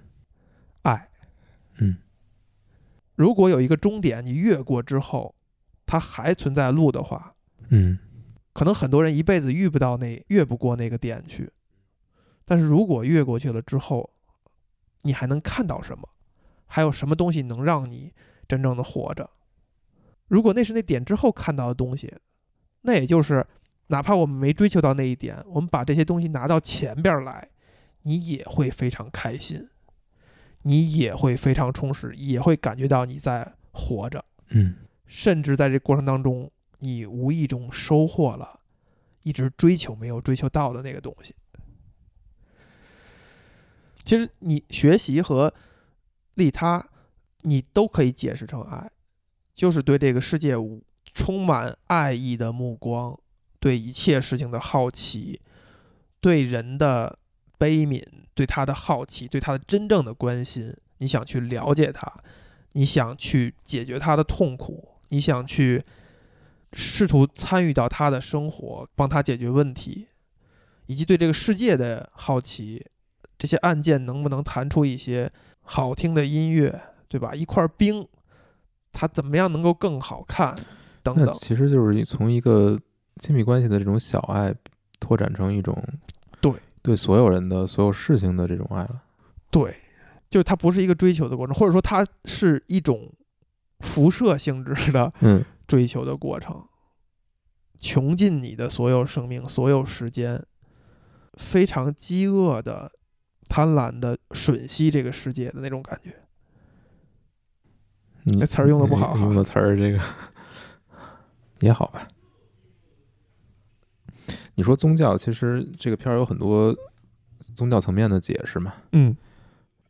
Speaker 2: 爱。
Speaker 3: 嗯，
Speaker 2: 如果有一个终点，你越过之后，它还存在路的话，
Speaker 3: 嗯
Speaker 2: 可能很多人一辈子遇不到那越不过那个点去。但是如果越过去了之后，你还能看到什么？还有什么东西能让你真正的活着？如果那是那点之后看到的东西，那也就是哪怕我们没追求到那一点，我们把这些东西拿到前边儿来，你也会非常开心，你也会非常充实，也会感觉到你在活着。
Speaker 3: 嗯
Speaker 2: 甚至在这过程当中，你无意中收获了一直追求没有追求到的那个东西。其实你学习和利他，你都可以解释成爱，就是对这个世界无充满爱意的目光，对一切事情的好奇，对人的悲悯，对他的好奇，对他的真正的关心，你想去了解他，你想去解决他的痛苦，你想去试图参与到他的生活，帮他解决问题，以及对这个世界的好奇，这些案件能不能弹出一些好听的音乐，对吧？一块冰，它怎么样能够更好看？等
Speaker 3: 那
Speaker 2: 等，
Speaker 3: 其实就是从一个亲密关系的这种小爱，拓展成一种
Speaker 2: 对
Speaker 3: 对所有人的所有事情的这种爱了。
Speaker 2: 对，就是它不是一个追求的过程，或者说它是一种辐射性质的
Speaker 3: 嗯
Speaker 2: 追求的过程，穷尽你的所有生命、所有时间，非常饥饿的、贪婪的吮吸这个世界的那种感觉。
Speaker 3: 你
Speaker 2: 这词儿用得不好啊
Speaker 3: 你嗯用的词儿这个也好吧。你说宗教，其实这个片儿有很多宗教层面的解释嘛，
Speaker 2: 嗯，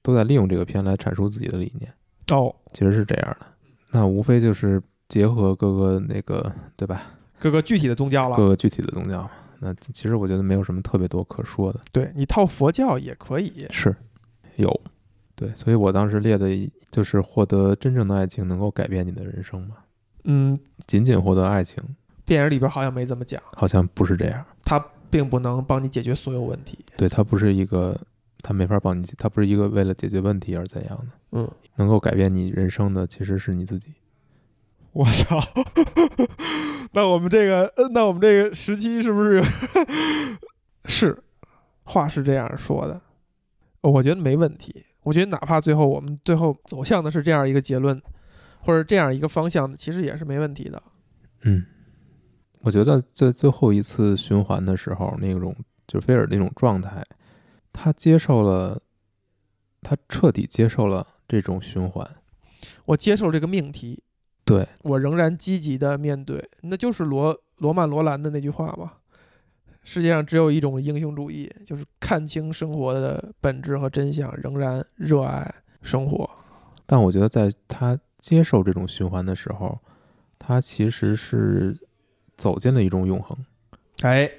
Speaker 3: 都在利用这个片来阐述自己的理念，
Speaker 2: 哦，
Speaker 3: 其实是这样的。那无非就是结合各个那个对吧，
Speaker 2: 各个具体的宗教了，
Speaker 3: 各个具体的宗教嘛。那其实我觉得没有什么特别多可说的，
Speaker 2: 对你套佛教也可以。
Speaker 3: 是有对，所以我当时列的一就是获得真正的爱情能够改变你的人生嘛，
Speaker 2: 嗯，
Speaker 3: 仅仅获得爱情
Speaker 2: 电影里边好像没这么讲，
Speaker 3: 好像不是这样。
Speaker 2: 它并不能帮你解决所有问题。
Speaker 3: 对，它不是一个，它没法帮你解，它不是一个为了解决问题而怎样的，
Speaker 2: 嗯，
Speaker 3: 能够改变你人生的其实是你自己。
Speaker 2: 我操！那我们这个，呃那我们这个时期是不是是？话是这样说的，我觉得没问题。我觉得哪怕最后我们最后走向的是这样一个结论，或者这样一个方向，其实也是没问题的。
Speaker 3: 嗯，我觉得在最后一次循环的时候，那种就菲尔那种状态，他接受了，他彻底接受了这种循环。
Speaker 2: 我接受这个命题，
Speaker 3: 对，
Speaker 2: 我仍然积极的面对，那就是罗罗曼罗兰的那句话嘛：世界上只有一种英雄主义，就是看清生活的本质和真相，仍然热爱生活。
Speaker 3: 但我觉得在他接受这种循环的时候，他其实是走进了一种永恒。
Speaker 2: 哎，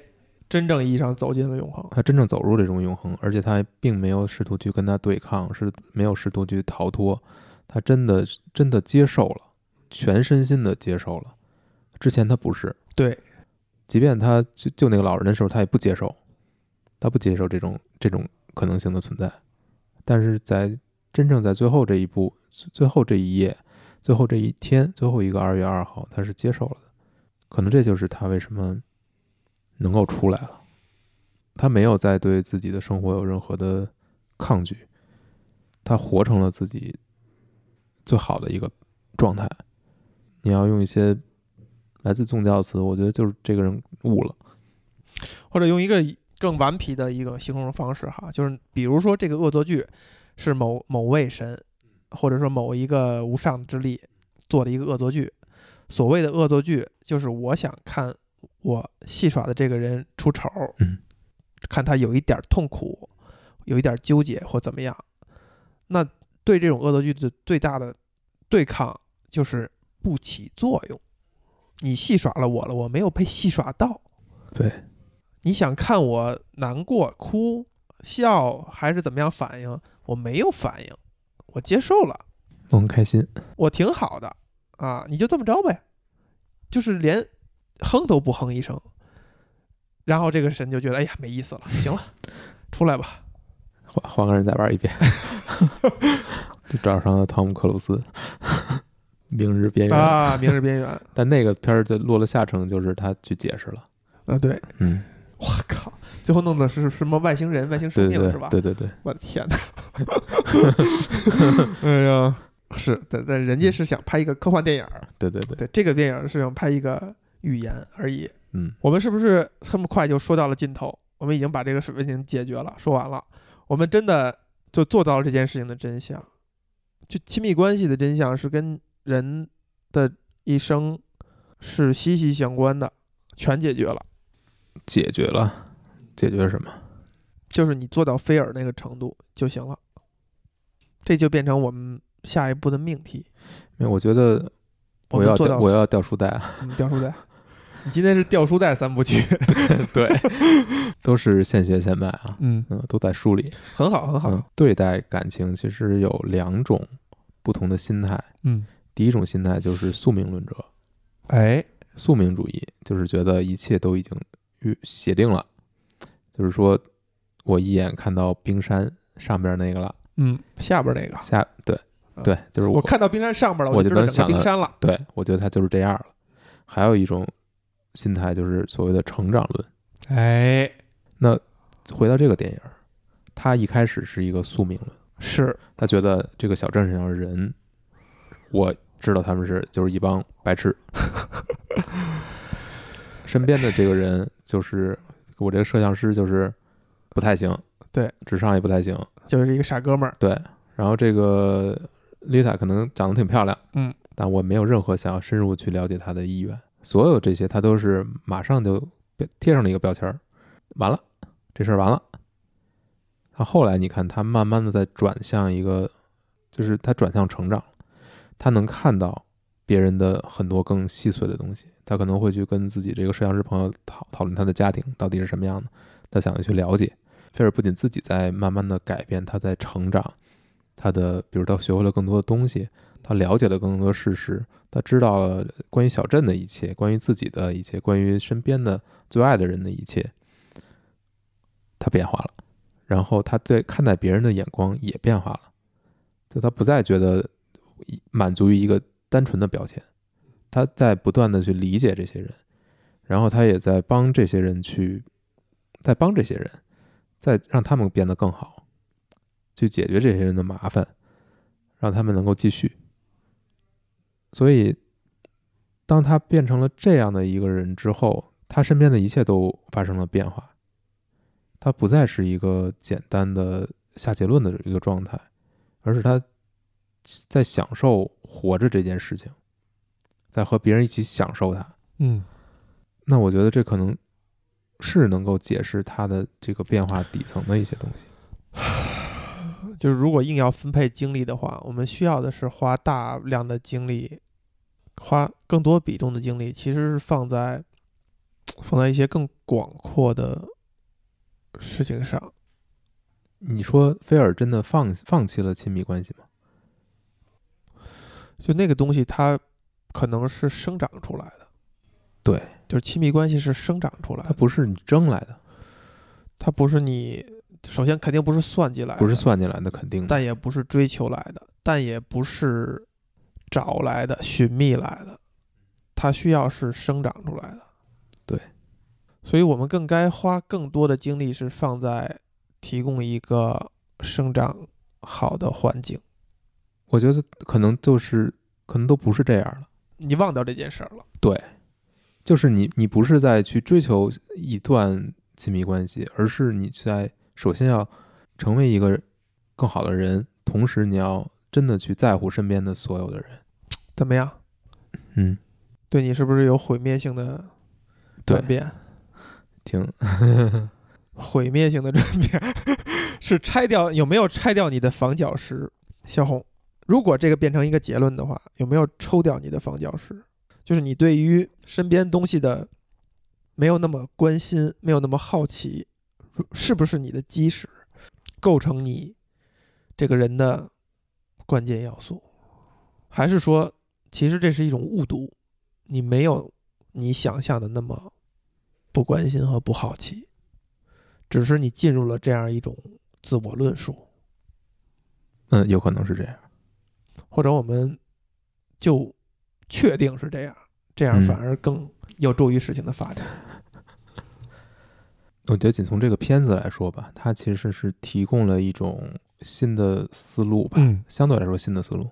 Speaker 2: 真正意义上走进了永恒。
Speaker 3: 他真正走入这种永恒，而且他并没有试图去跟他对抗，是没有试图去逃脱，他真的真的接受了，全身心的接受了。之前他不是，
Speaker 2: 对，
Speaker 3: 即便他就救那个老人的时候，他也不接受，他不接受这种这种可能性的存在。但是在真正在最后这一步、最最后这一夜、最后这一天、最后一个二月二号，他是接受了的。可能这就是他为什么能够出来了。他没有再对自己的生活有任何的抗拒，他活成了自己最好的一个状态。你要用一些来自宗教的词，我觉得就是这个人悟了。
Speaker 2: 或者用一个更顽皮的一个形容方式哈，就是比如说这个恶作剧是某某位神，或者说某一个无上之力做的一个恶作剧。所谓的恶作剧，就是我想看我戏耍的这个人出丑，
Speaker 3: 嗯
Speaker 2: 看他有一点痛苦，有一点纠结或怎么样。那对这种恶作剧的最大的对抗就是不起作用。你戏耍了我了，我没有被戏耍到。
Speaker 3: 对，
Speaker 2: 你想看我难过、哭、笑还是怎么样反应？我没有反应，我接受了，
Speaker 3: 我很开心。
Speaker 2: 我挺好的啊，你就这么着呗，就是连哼都不哼一声，然后这个神就觉得哎呀没意思了，行了，出来吧。
Speaker 3: 换换个人再玩一 遍，就找上了汤姆克鲁斯，《明日边缘》
Speaker 2: 啊，明日边 缘，
Speaker 3: 但那个片儿就落了下乘，就是他去解释了。
Speaker 2: 啊对，
Speaker 3: 嗯，
Speaker 2: 我靠，最后弄的是什么外星人、外星生
Speaker 3: 对对
Speaker 2: 命
Speaker 3: 对
Speaker 2: 是吧？
Speaker 3: 对对对，
Speaker 2: 我的天 哪！哎呀， 是，但但人家是想拍一个科幻电影儿，
Speaker 3: 对对对，
Speaker 2: 对，这个电影是想拍一个语言而已。
Speaker 3: 嗯，
Speaker 2: 我们是不是这么快就说到了尽头？我们已经把这个问题解决了，说完了，我们真的就做到了这件事情的真相。就亲密关系的真相是跟人的一生是息息相关的，全解决了。
Speaker 3: 解决了，解决什么？
Speaker 2: 就是你做到菲尔那个程度就行了，这就变成我们下一步的命题。
Speaker 3: 因为我觉得
Speaker 2: 我
Speaker 3: 我
Speaker 2: 们
Speaker 3: 要
Speaker 2: 做到
Speaker 3: 掉我要掉书袋啊了，
Speaker 2: 嗯掉书袋，你今天是掉书袋三部曲。
Speaker 3: 对，都是现学现卖 啊，
Speaker 2: 嗯，
Speaker 3: 嗯，都在书里。
Speaker 2: 很好，很好。
Speaker 3: 嗯，对待感情其实有两种不同的心态，
Speaker 2: 嗯，
Speaker 3: 第一种心态就是宿命论者，
Speaker 2: 哎，
Speaker 3: 宿命主义，就是觉得一切都已经预写定了，就是说我一眼看到冰山上边那个了，
Speaker 2: 嗯，下边那个，
Speaker 3: 下对
Speaker 2: 嗯
Speaker 3: 对，就是
Speaker 2: 我看到冰山上边了，
Speaker 3: 我
Speaker 2: 就知
Speaker 3: 就
Speaker 2: 道
Speaker 3: 能
Speaker 2: 整
Speaker 3: 想
Speaker 2: 个
Speaker 3: 到
Speaker 2: 冰山了。
Speaker 3: 对我觉得他就是这样了。还有一种心态就是所谓的成长论。
Speaker 2: 哎，
Speaker 3: 回到这个电影儿，他一开始是一个宿命论，
Speaker 2: 是，
Speaker 3: 他觉得这个小镇上的人，我知道他们是就是一帮白痴，身边的这个人就是我这个摄像师就是不太行，
Speaker 2: 对，
Speaker 3: 智商也不太行，
Speaker 2: 就是一个傻哥们儿。
Speaker 3: 对，然后这个丽塔可能长得挺漂亮，
Speaker 2: 嗯，
Speaker 3: 但我没有任何想要深入去了解她的意愿，所有这些他都是马上就被贴上了一个标签儿，完了，这事儿完了。他后来你看，他慢慢的在转向一个，就是他转向成长，他能看到别人的很多更细碎的东西，他可能会去跟自己这个摄像师朋友讨讨论他的家庭到底是什么样的，他想要去了解。菲尔不仅自己在慢慢的改变，他在成长，他的比如他学会了更多的东西，他了解了更多事实，他知道了关于小镇的一切，关于自己的一切，关于身边的最爱的人的一切，他变化了，然后他对看待别人的眼光也变化了，就他不再觉得一满足于一个单纯的标签，他在不断的去理解这些人，然后他也在帮这些人去，在帮这些人。再让他们变得更好，去解决这些人的麻烦，让他们能够继续。所以，当他变成了这样的一个人之后，他身边的一切都发生了变化，他不再是一个简单的下结论的一个状态，而是他在享受活着这件事情，在和别人一起享受它。
Speaker 2: 嗯，
Speaker 3: 那我觉得这可能是能够解释它的这个变化底层的一些东西。
Speaker 2: 就是如果硬要分配精力的话，我们需要的是花大量的精力，花更多比重的精力，其实是放在放在一些更广阔的事情上。
Speaker 3: 你说菲尔真的放放弃了亲密关系吗？
Speaker 2: 就那个东西，它可能是生长出来的。
Speaker 3: 对，
Speaker 2: 就是亲密关系是生长出来
Speaker 3: 它
Speaker 2: 的，
Speaker 3: 不是你争来的，
Speaker 2: 它不是你首先肯定不是算计来的，
Speaker 3: 不是算进来的，肯定的。
Speaker 2: 但也不是追求来的，但也不是找来的、寻觅来的，它需要是生长出来的。
Speaker 3: 对，
Speaker 2: 所以我们更该花更多的精力是放在提供一个生长好的环境。
Speaker 3: 我觉得可能就是可能都不是这样了，
Speaker 2: 你忘掉这件事儿了。
Speaker 3: 就是你你不是在去追求一段亲密关系，而是你在首先要成为一个更好的人，同时你要真的去在乎身边的所有的人。
Speaker 2: 怎么样？
Speaker 3: 嗯，
Speaker 2: 对你是不是有毁灭性的
Speaker 3: 对
Speaker 2: 转，变？
Speaker 3: 挺
Speaker 2: 毁灭性的转变 是拆掉有没有拆掉你的防角石？小红，如果这个变成一个结论的话，有没有抽掉你的防角石？就是你对于身边东西的没有那么关心，没有那么好奇，是不是你的基石构成你这个人的关键要素？还是说，其实这是一种误读，你没有你想象的那么不关心和不好奇？只是你进入了这样一种自我论述，
Speaker 3: 嗯，有可能是这样。
Speaker 2: 或者我们就确定是这样，这样
Speaker 3: 嗯
Speaker 2: 反而更有助于事情的发展。
Speaker 3: 我觉得仅从这个片子来说吧，它其实是提供了一种新的思路吧，
Speaker 2: 嗯
Speaker 3: 相对来说新的思路，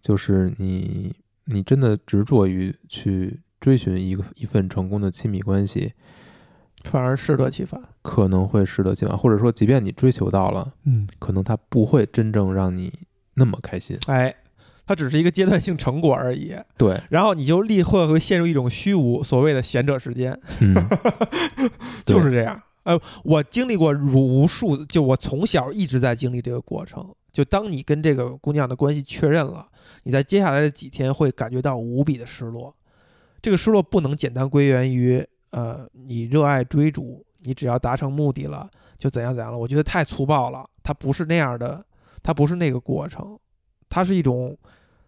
Speaker 3: 就是你你真的执着于去追寻一个一份成功的亲密关系，
Speaker 2: 反而适得其反。
Speaker 3: 可能会适得其反，或者说，即便你追求到了，
Speaker 2: 嗯，
Speaker 3: 可能它不会真正让你那么开心。
Speaker 2: 哎，它只是一个阶段性成果而已。
Speaker 3: 对，
Speaker 2: 然后你就立刻会陷入一种虚无，所谓的闲者时间，
Speaker 3: 嗯，对
Speaker 2: 就是这样。呃，我经历过无数，就我从小一直在经历这个过程。就当你跟这个姑娘的关系确认了，你在接下来的几天会感觉到无比的失落。这个失落不能简单归源于呃你热爱追逐，你只要达成目的了就怎样怎样了。我觉得太粗暴了，它不是那样的，它不是那个过程，它是一种，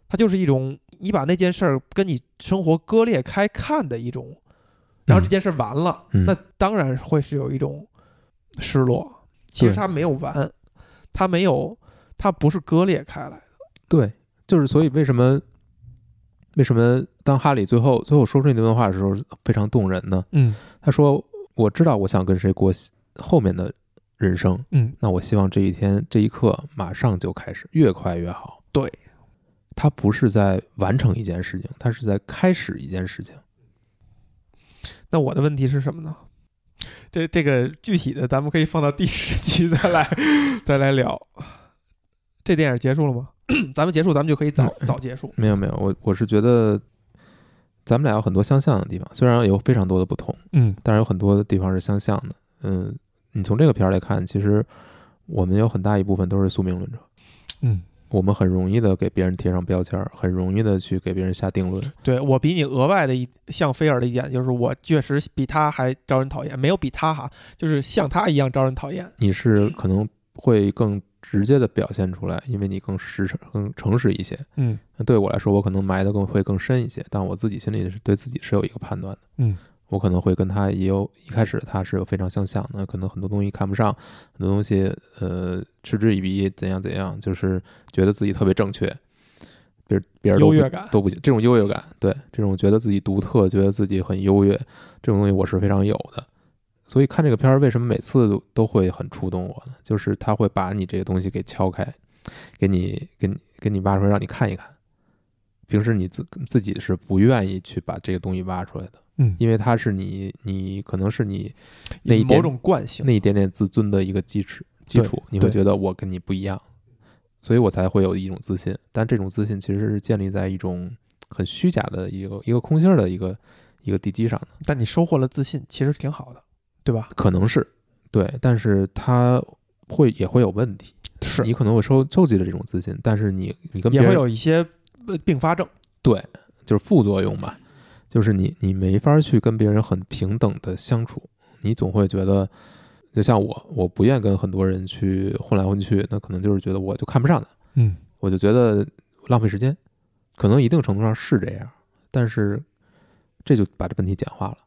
Speaker 2: 它就是一种你把那件事儿跟你生活割裂开看的一种 然后这件事完了，
Speaker 3: 嗯
Speaker 2: 那当然会是有一种失落。其实
Speaker 3: 对
Speaker 2: 它没有完，它没有，它不是割裂开来的。
Speaker 3: 对，就是所以为什么为什么当哈利最后最后说出那段话的时候非常动人呢？
Speaker 2: 嗯
Speaker 3: 他说：“我知道我想跟谁过后面的人生，
Speaker 2: 嗯，
Speaker 3: 那我希望这一天这一刻马上就开始，越快越好。”
Speaker 2: 对，
Speaker 3: 他不是在完成一件事情，他是在开始一件事情。
Speaker 2: 那我的问题是什么呢？这这个具体的，咱们可以放到第十集再 来再来聊。这电影结束了吗？ 嗯咱们结束，咱们就可以早早结束。
Speaker 3: 没有没有，我我是觉得咱们俩有很多相像的地方，虽然有非常多的不同，
Speaker 2: 嗯
Speaker 3: 但是有很多的地方是相像的。嗯，你从这个片儿来看，其实我们有很大一部分都是宿命论者，
Speaker 2: 嗯，
Speaker 3: 我们很容易的给别人贴上标签儿，很容易的去给别人下定论。
Speaker 2: 对我比你额外的一像菲尔的一点就是，我确实比他还招人讨厌，没有比他哈，就是像他一样招人讨厌。
Speaker 3: 你是可能会更直接的表现出来，因为你更实诚、更诚实一些。
Speaker 2: 嗯
Speaker 3: 那对我来说，我可能埋的更会更深一些，但我自己心里是对自己是有一个判断的。
Speaker 2: 嗯，
Speaker 3: 我可能会跟他也有一开始他是有非常相像的，可能很多东西看不上，很多东西呃嗤之以鼻，怎样怎样，就是觉得自己特别正确，别人别人都不
Speaker 2: 优越感
Speaker 3: 都不行，这种优越感，对这种觉得自己独特，觉得自己很优越，这种东西我是非常有的。所以看这个片儿，为什么每次都都会很触动我呢？就是他会把你这个东西给敲开，给你给你给你挖出来让你看一看。平时你自自己是不愿意去把这个东西挖出来的，
Speaker 2: 嗯，
Speaker 3: 因为它是你你可能是你那一点
Speaker 2: 某种惯性
Speaker 3: 那。一点点自尊的一个基础基础，你会
Speaker 2: 对
Speaker 3: 觉得我跟你不一样，所以我才会有一种自信。但这种自信其实是建立在一种很虚假的一个一个空心儿的一个一个地基上的，
Speaker 2: 但你收获了自信，其实挺好的，对吧？
Speaker 3: 可能是对，但是它会也会有问题。
Speaker 2: 是
Speaker 3: 你可能会收收集了这种自信，但是你你跟别
Speaker 2: 也
Speaker 3: 人
Speaker 2: 会有一些呃并发症。
Speaker 3: 对，就是副作用吧，就是你你没法去跟别人很平等的相处，你总会觉得，就像我，我不愿跟很多人去混来混去，那可能就是觉得我就看不上他，
Speaker 2: 嗯，
Speaker 3: 我就觉得浪费时间，可能一定程度上是这样，但是这就把这问题简化了，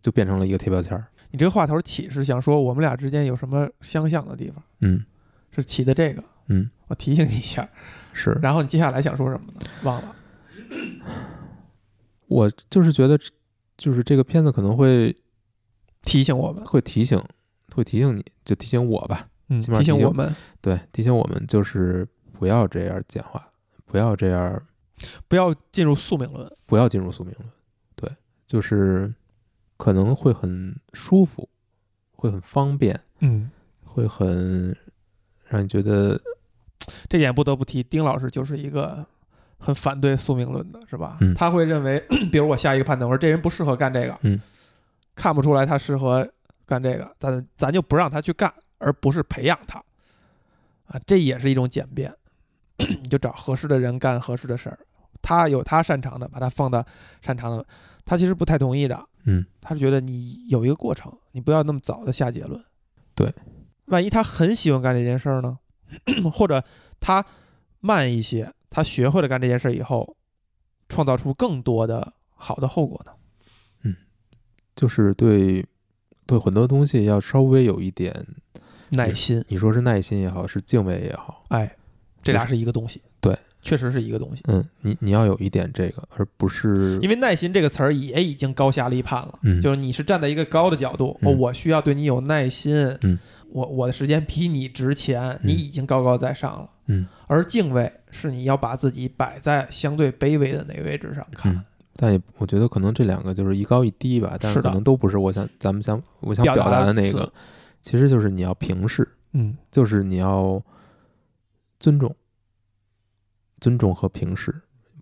Speaker 3: 就变成了一个贴标签儿，
Speaker 2: 你这个话头起是想说我们俩之间有什么相像的地方，
Speaker 3: 嗯，
Speaker 2: 是起的这个。
Speaker 3: 嗯，
Speaker 2: 我提醒你一下。
Speaker 3: 是
Speaker 2: 然后你接下来想说什么呢？忘了。
Speaker 3: 我就是觉得，就是这个片子可能会
Speaker 2: 提醒我们，
Speaker 3: 会提醒，会提醒你，就提醒我吧，
Speaker 2: 嗯
Speaker 3: 起码
Speaker 2: 提醒
Speaker 3: 提醒
Speaker 2: 我们，
Speaker 3: 对，提醒我们就是不要这样简化，不要这样，
Speaker 2: 不要进入宿命论。
Speaker 3: 不要进入宿命论。对，就是可能会很舒服，会很方便，
Speaker 2: 嗯，
Speaker 3: 会很让你觉得，
Speaker 2: 这点不得不提，丁老师就是一个很反对宿命论的，是吧？
Speaker 3: 嗯
Speaker 2: 他会认为， 比如我下一个判断，我说这人不适合干这个，
Speaker 3: 嗯，
Speaker 2: 看不出来他适合干这个，咱咱就不让他去干，而不是培养他，啊，这也是一种简便， 你就找合适的人干合适的事儿，他有他擅长的，把他放到擅长的，他其实不太同意的，
Speaker 3: 嗯，
Speaker 2: 他是觉得你有一个过程，你不要那么早的下结论，
Speaker 3: 对，
Speaker 2: 万一他很喜欢干这件事儿呢， 或者他慢一些，他学会了干这件事以后，创造出更多的好的后果呢？
Speaker 3: 就是对对很多东西要稍微有一点，
Speaker 2: 耐心，
Speaker 3: 你说是耐心也好，是敬畏也好，
Speaker 2: 哎，这
Speaker 3: 就
Speaker 2: 俩是一个东西，
Speaker 3: 对，
Speaker 2: 确实是一个东西。
Speaker 3: 嗯，你你要有一点这个，而不是
Speaker 2: 因为耐心这个词儿也已经高下立判了，
Speaker 3: 嗯
Speaker 2: 就是你是站在一个高的角度，
Speaker 3: 嗯
Speaker 2: 哦我需要对你有耐心，
Speaker 3: 嗯
Speaker 2: 我我的时间比你值钱，你已经高高在上了，
Speaker 3: 嗯，
Speaker 2: 而敬畏是你要把自己摆在相对卑微的那个位置上看，
Speaker 3: 嗯但也我觉得可能这两个就是一高一低吧，但
Speaker 2: 是
Speaker 3: 是
Speaker 2: 的
Speaker 3: 可能都不是我想咱们想我想
Speaker 2: 表达
Speaker 3: 表达
Speaker 2: 的
Speaker 3: 的那
Speaker 2: 词
Speaker 3: 个，其实就是你要平视，
Speaker 2: 嗯
Speaker 3: 就是你要尊重，尊重和平视，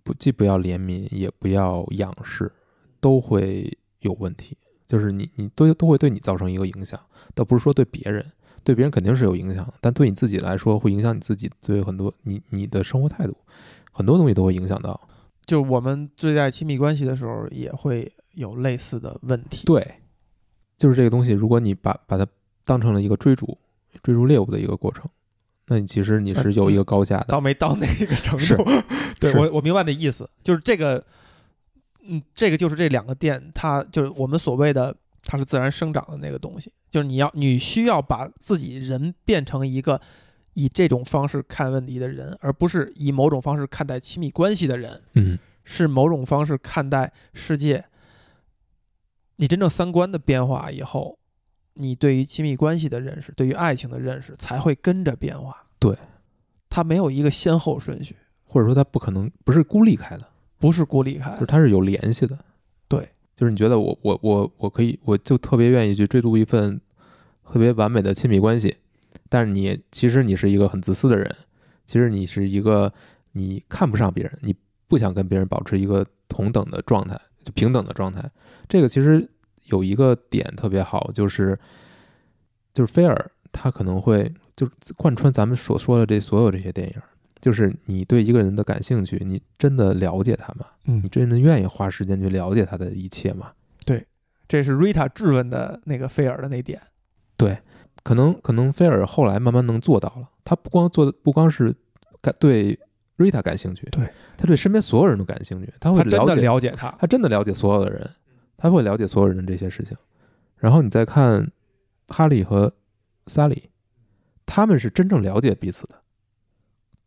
Speaker 3: 不既不要怜悯，也不要仰视，都会有问题。就是你你都都会对你造成一个影响，倒不是说对别人，对别人肯定是有影响的，但对你自己来说会影响你自己对很多你你的生活态度，很多东西都会影响到。
Speaker 2: 就我们对待亲密关系的时候，也会有类似的问题。
Speaker 3: 对，就是这个东西，如果你把把它当成了一个追逐追逐猎物的一个过程，那你其实你是有一个高下的。
Speaker 2: 倒没到那个程
Speaker 3: 是
Speaker 2: 度。对
Speaker 3: 是
Speaker 2: 我我明白这意思，就是这个，嗯，这个就是这两个店，它就是我们所谓的它是自然生长的那个东西，就是你要你需要把自己人变成一个以这种方式看问题的人，而不是以某种方式看待亲密关系的人，
Speaker 3: 嗯
Speaker 2: 是某种方式看待世界。你真正三观的变化以后，你对于亲密关系的认识，对于爱情的认识才会跟着变化。
Speaker 3: 对，
Speaker 2: 它没有一个先后顺序，
Speaker 3: 或者说它不可能不是孤立开的，
Speaker 2: 不是孤立开
Speaker 3: 就是它是有联系的。
Speaker 2: 对，
Speaker 3: 就是你觉得我我我我可以，我就特别愿意去追逐一份特别完美的亲密关系，但是你其实你是一个很自私的人，其实你是一个你看不上别人，你不想跟别人保持一个同等的状态，就平等的状态。这个其实有一个点特别好，就是就是菲尔他可能会就是贯穿咱们所说的这所有这些电影，就是你对一个人的感兴趣，你真的了解他吗？
Speaker 2: 嗯
Speaker 3: 你真的愿意花时间去了解他的一切吗？
Speaker 2: 这是 Rita 质问的那个菲尔的那点，
Speaker 3: 可能可能菲尔后来慢慢能做到了，他不光做不光是感对 Rita 感兴趣，
Speaker 2: 对
Speaker 3: 他对身边所有人都感兴趣，他会
Speaker 2: 他真
Speaker 3: 了
Speaker 2: 的
Speaker 3: 解
Speaker 2: 了解他，
Speaker 3: 他真的了解所有的人，他会了解所有人的这些事情。然后你再看哈利和萨里，他们是真正了解彼此的，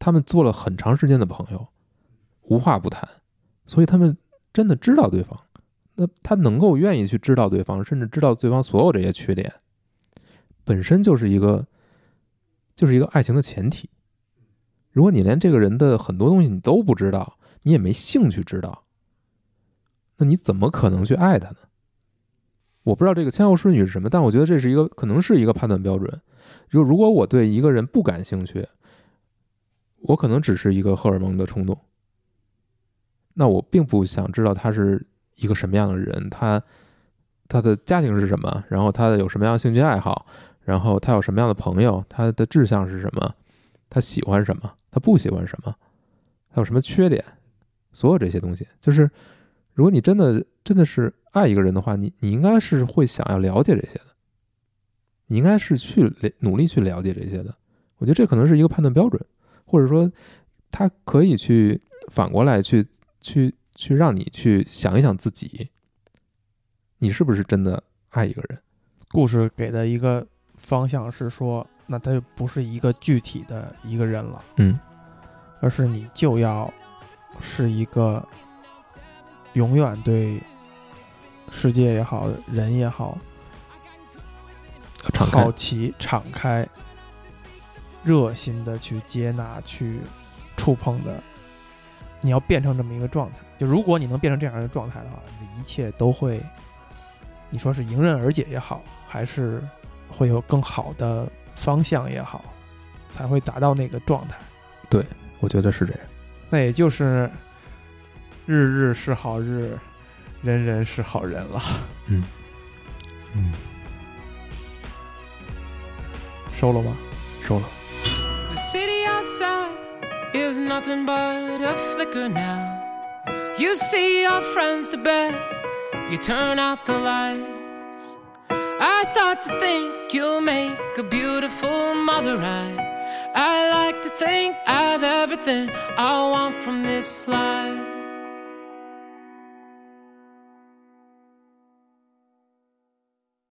Speaker 3: 他们做了很长时间的朋友，无话不谈，所以他们真的知道对方。那他能够愿意去知道对方，甚至知道对方所有这些缺点，本身就是一个就是一个爱情的前提。如果你连这个人的很多东西你都不知道，你也没兴趣知道，那你怎么可能去爱他呢？我不知道这个先后顺序是什么，但我觉得这是一个可能是一个判断标准。就如果我对一个人不感兴趣，我可能只是一个荷尔蒙的冲动，那我并不想知道他是一个什么样的人，他他的家庭是什么，然后他的有什么样的兴趣爱好，然后他有什么样的朋友，他的志向是什么，他喜欢什么，他不喜欢什么，他有什么缺点，所有这些东西，就是如果你真的真的是爱一个人的话，你你应该是会想要了解这些的，你应该是去了努力去了解这些的。我觉得这可能是一个判断标准，或者说他可以去反过来去去去让你去想一想自己，你是不是真的爱一个人？
Speaker 2: 故事给的一个方向是说，那他就不是一个具体的一个人了，
Speaker 3: 嗯，
Speaker 2: 而是你就要是一个永远对世界也好，人也好，
Speaker 3: 要敞开
Speaker 2: 好，奇、敞开、热心的去接纳、去触碰的你要变成这么一个状态。就如果你能变成这样一个状态的话，你的一切都会，你说是迎刃而解也好，还是会有更好的方向也好，才会达到那个状态。
Speaker 3: 我觉得是这样。
Speaker 2: 那也就是日日是好日，人人是好人了。
Speaker 3: 嗯，
Speaker 2: 收了吗？
Speaker 3: 收了。
Speaker 1: The city outside is nothing but a flicker now. You see your friends to bed, you turn out the lights. I start to think you'll make a beautiful mother, right? I like to think I've everything I want from this life.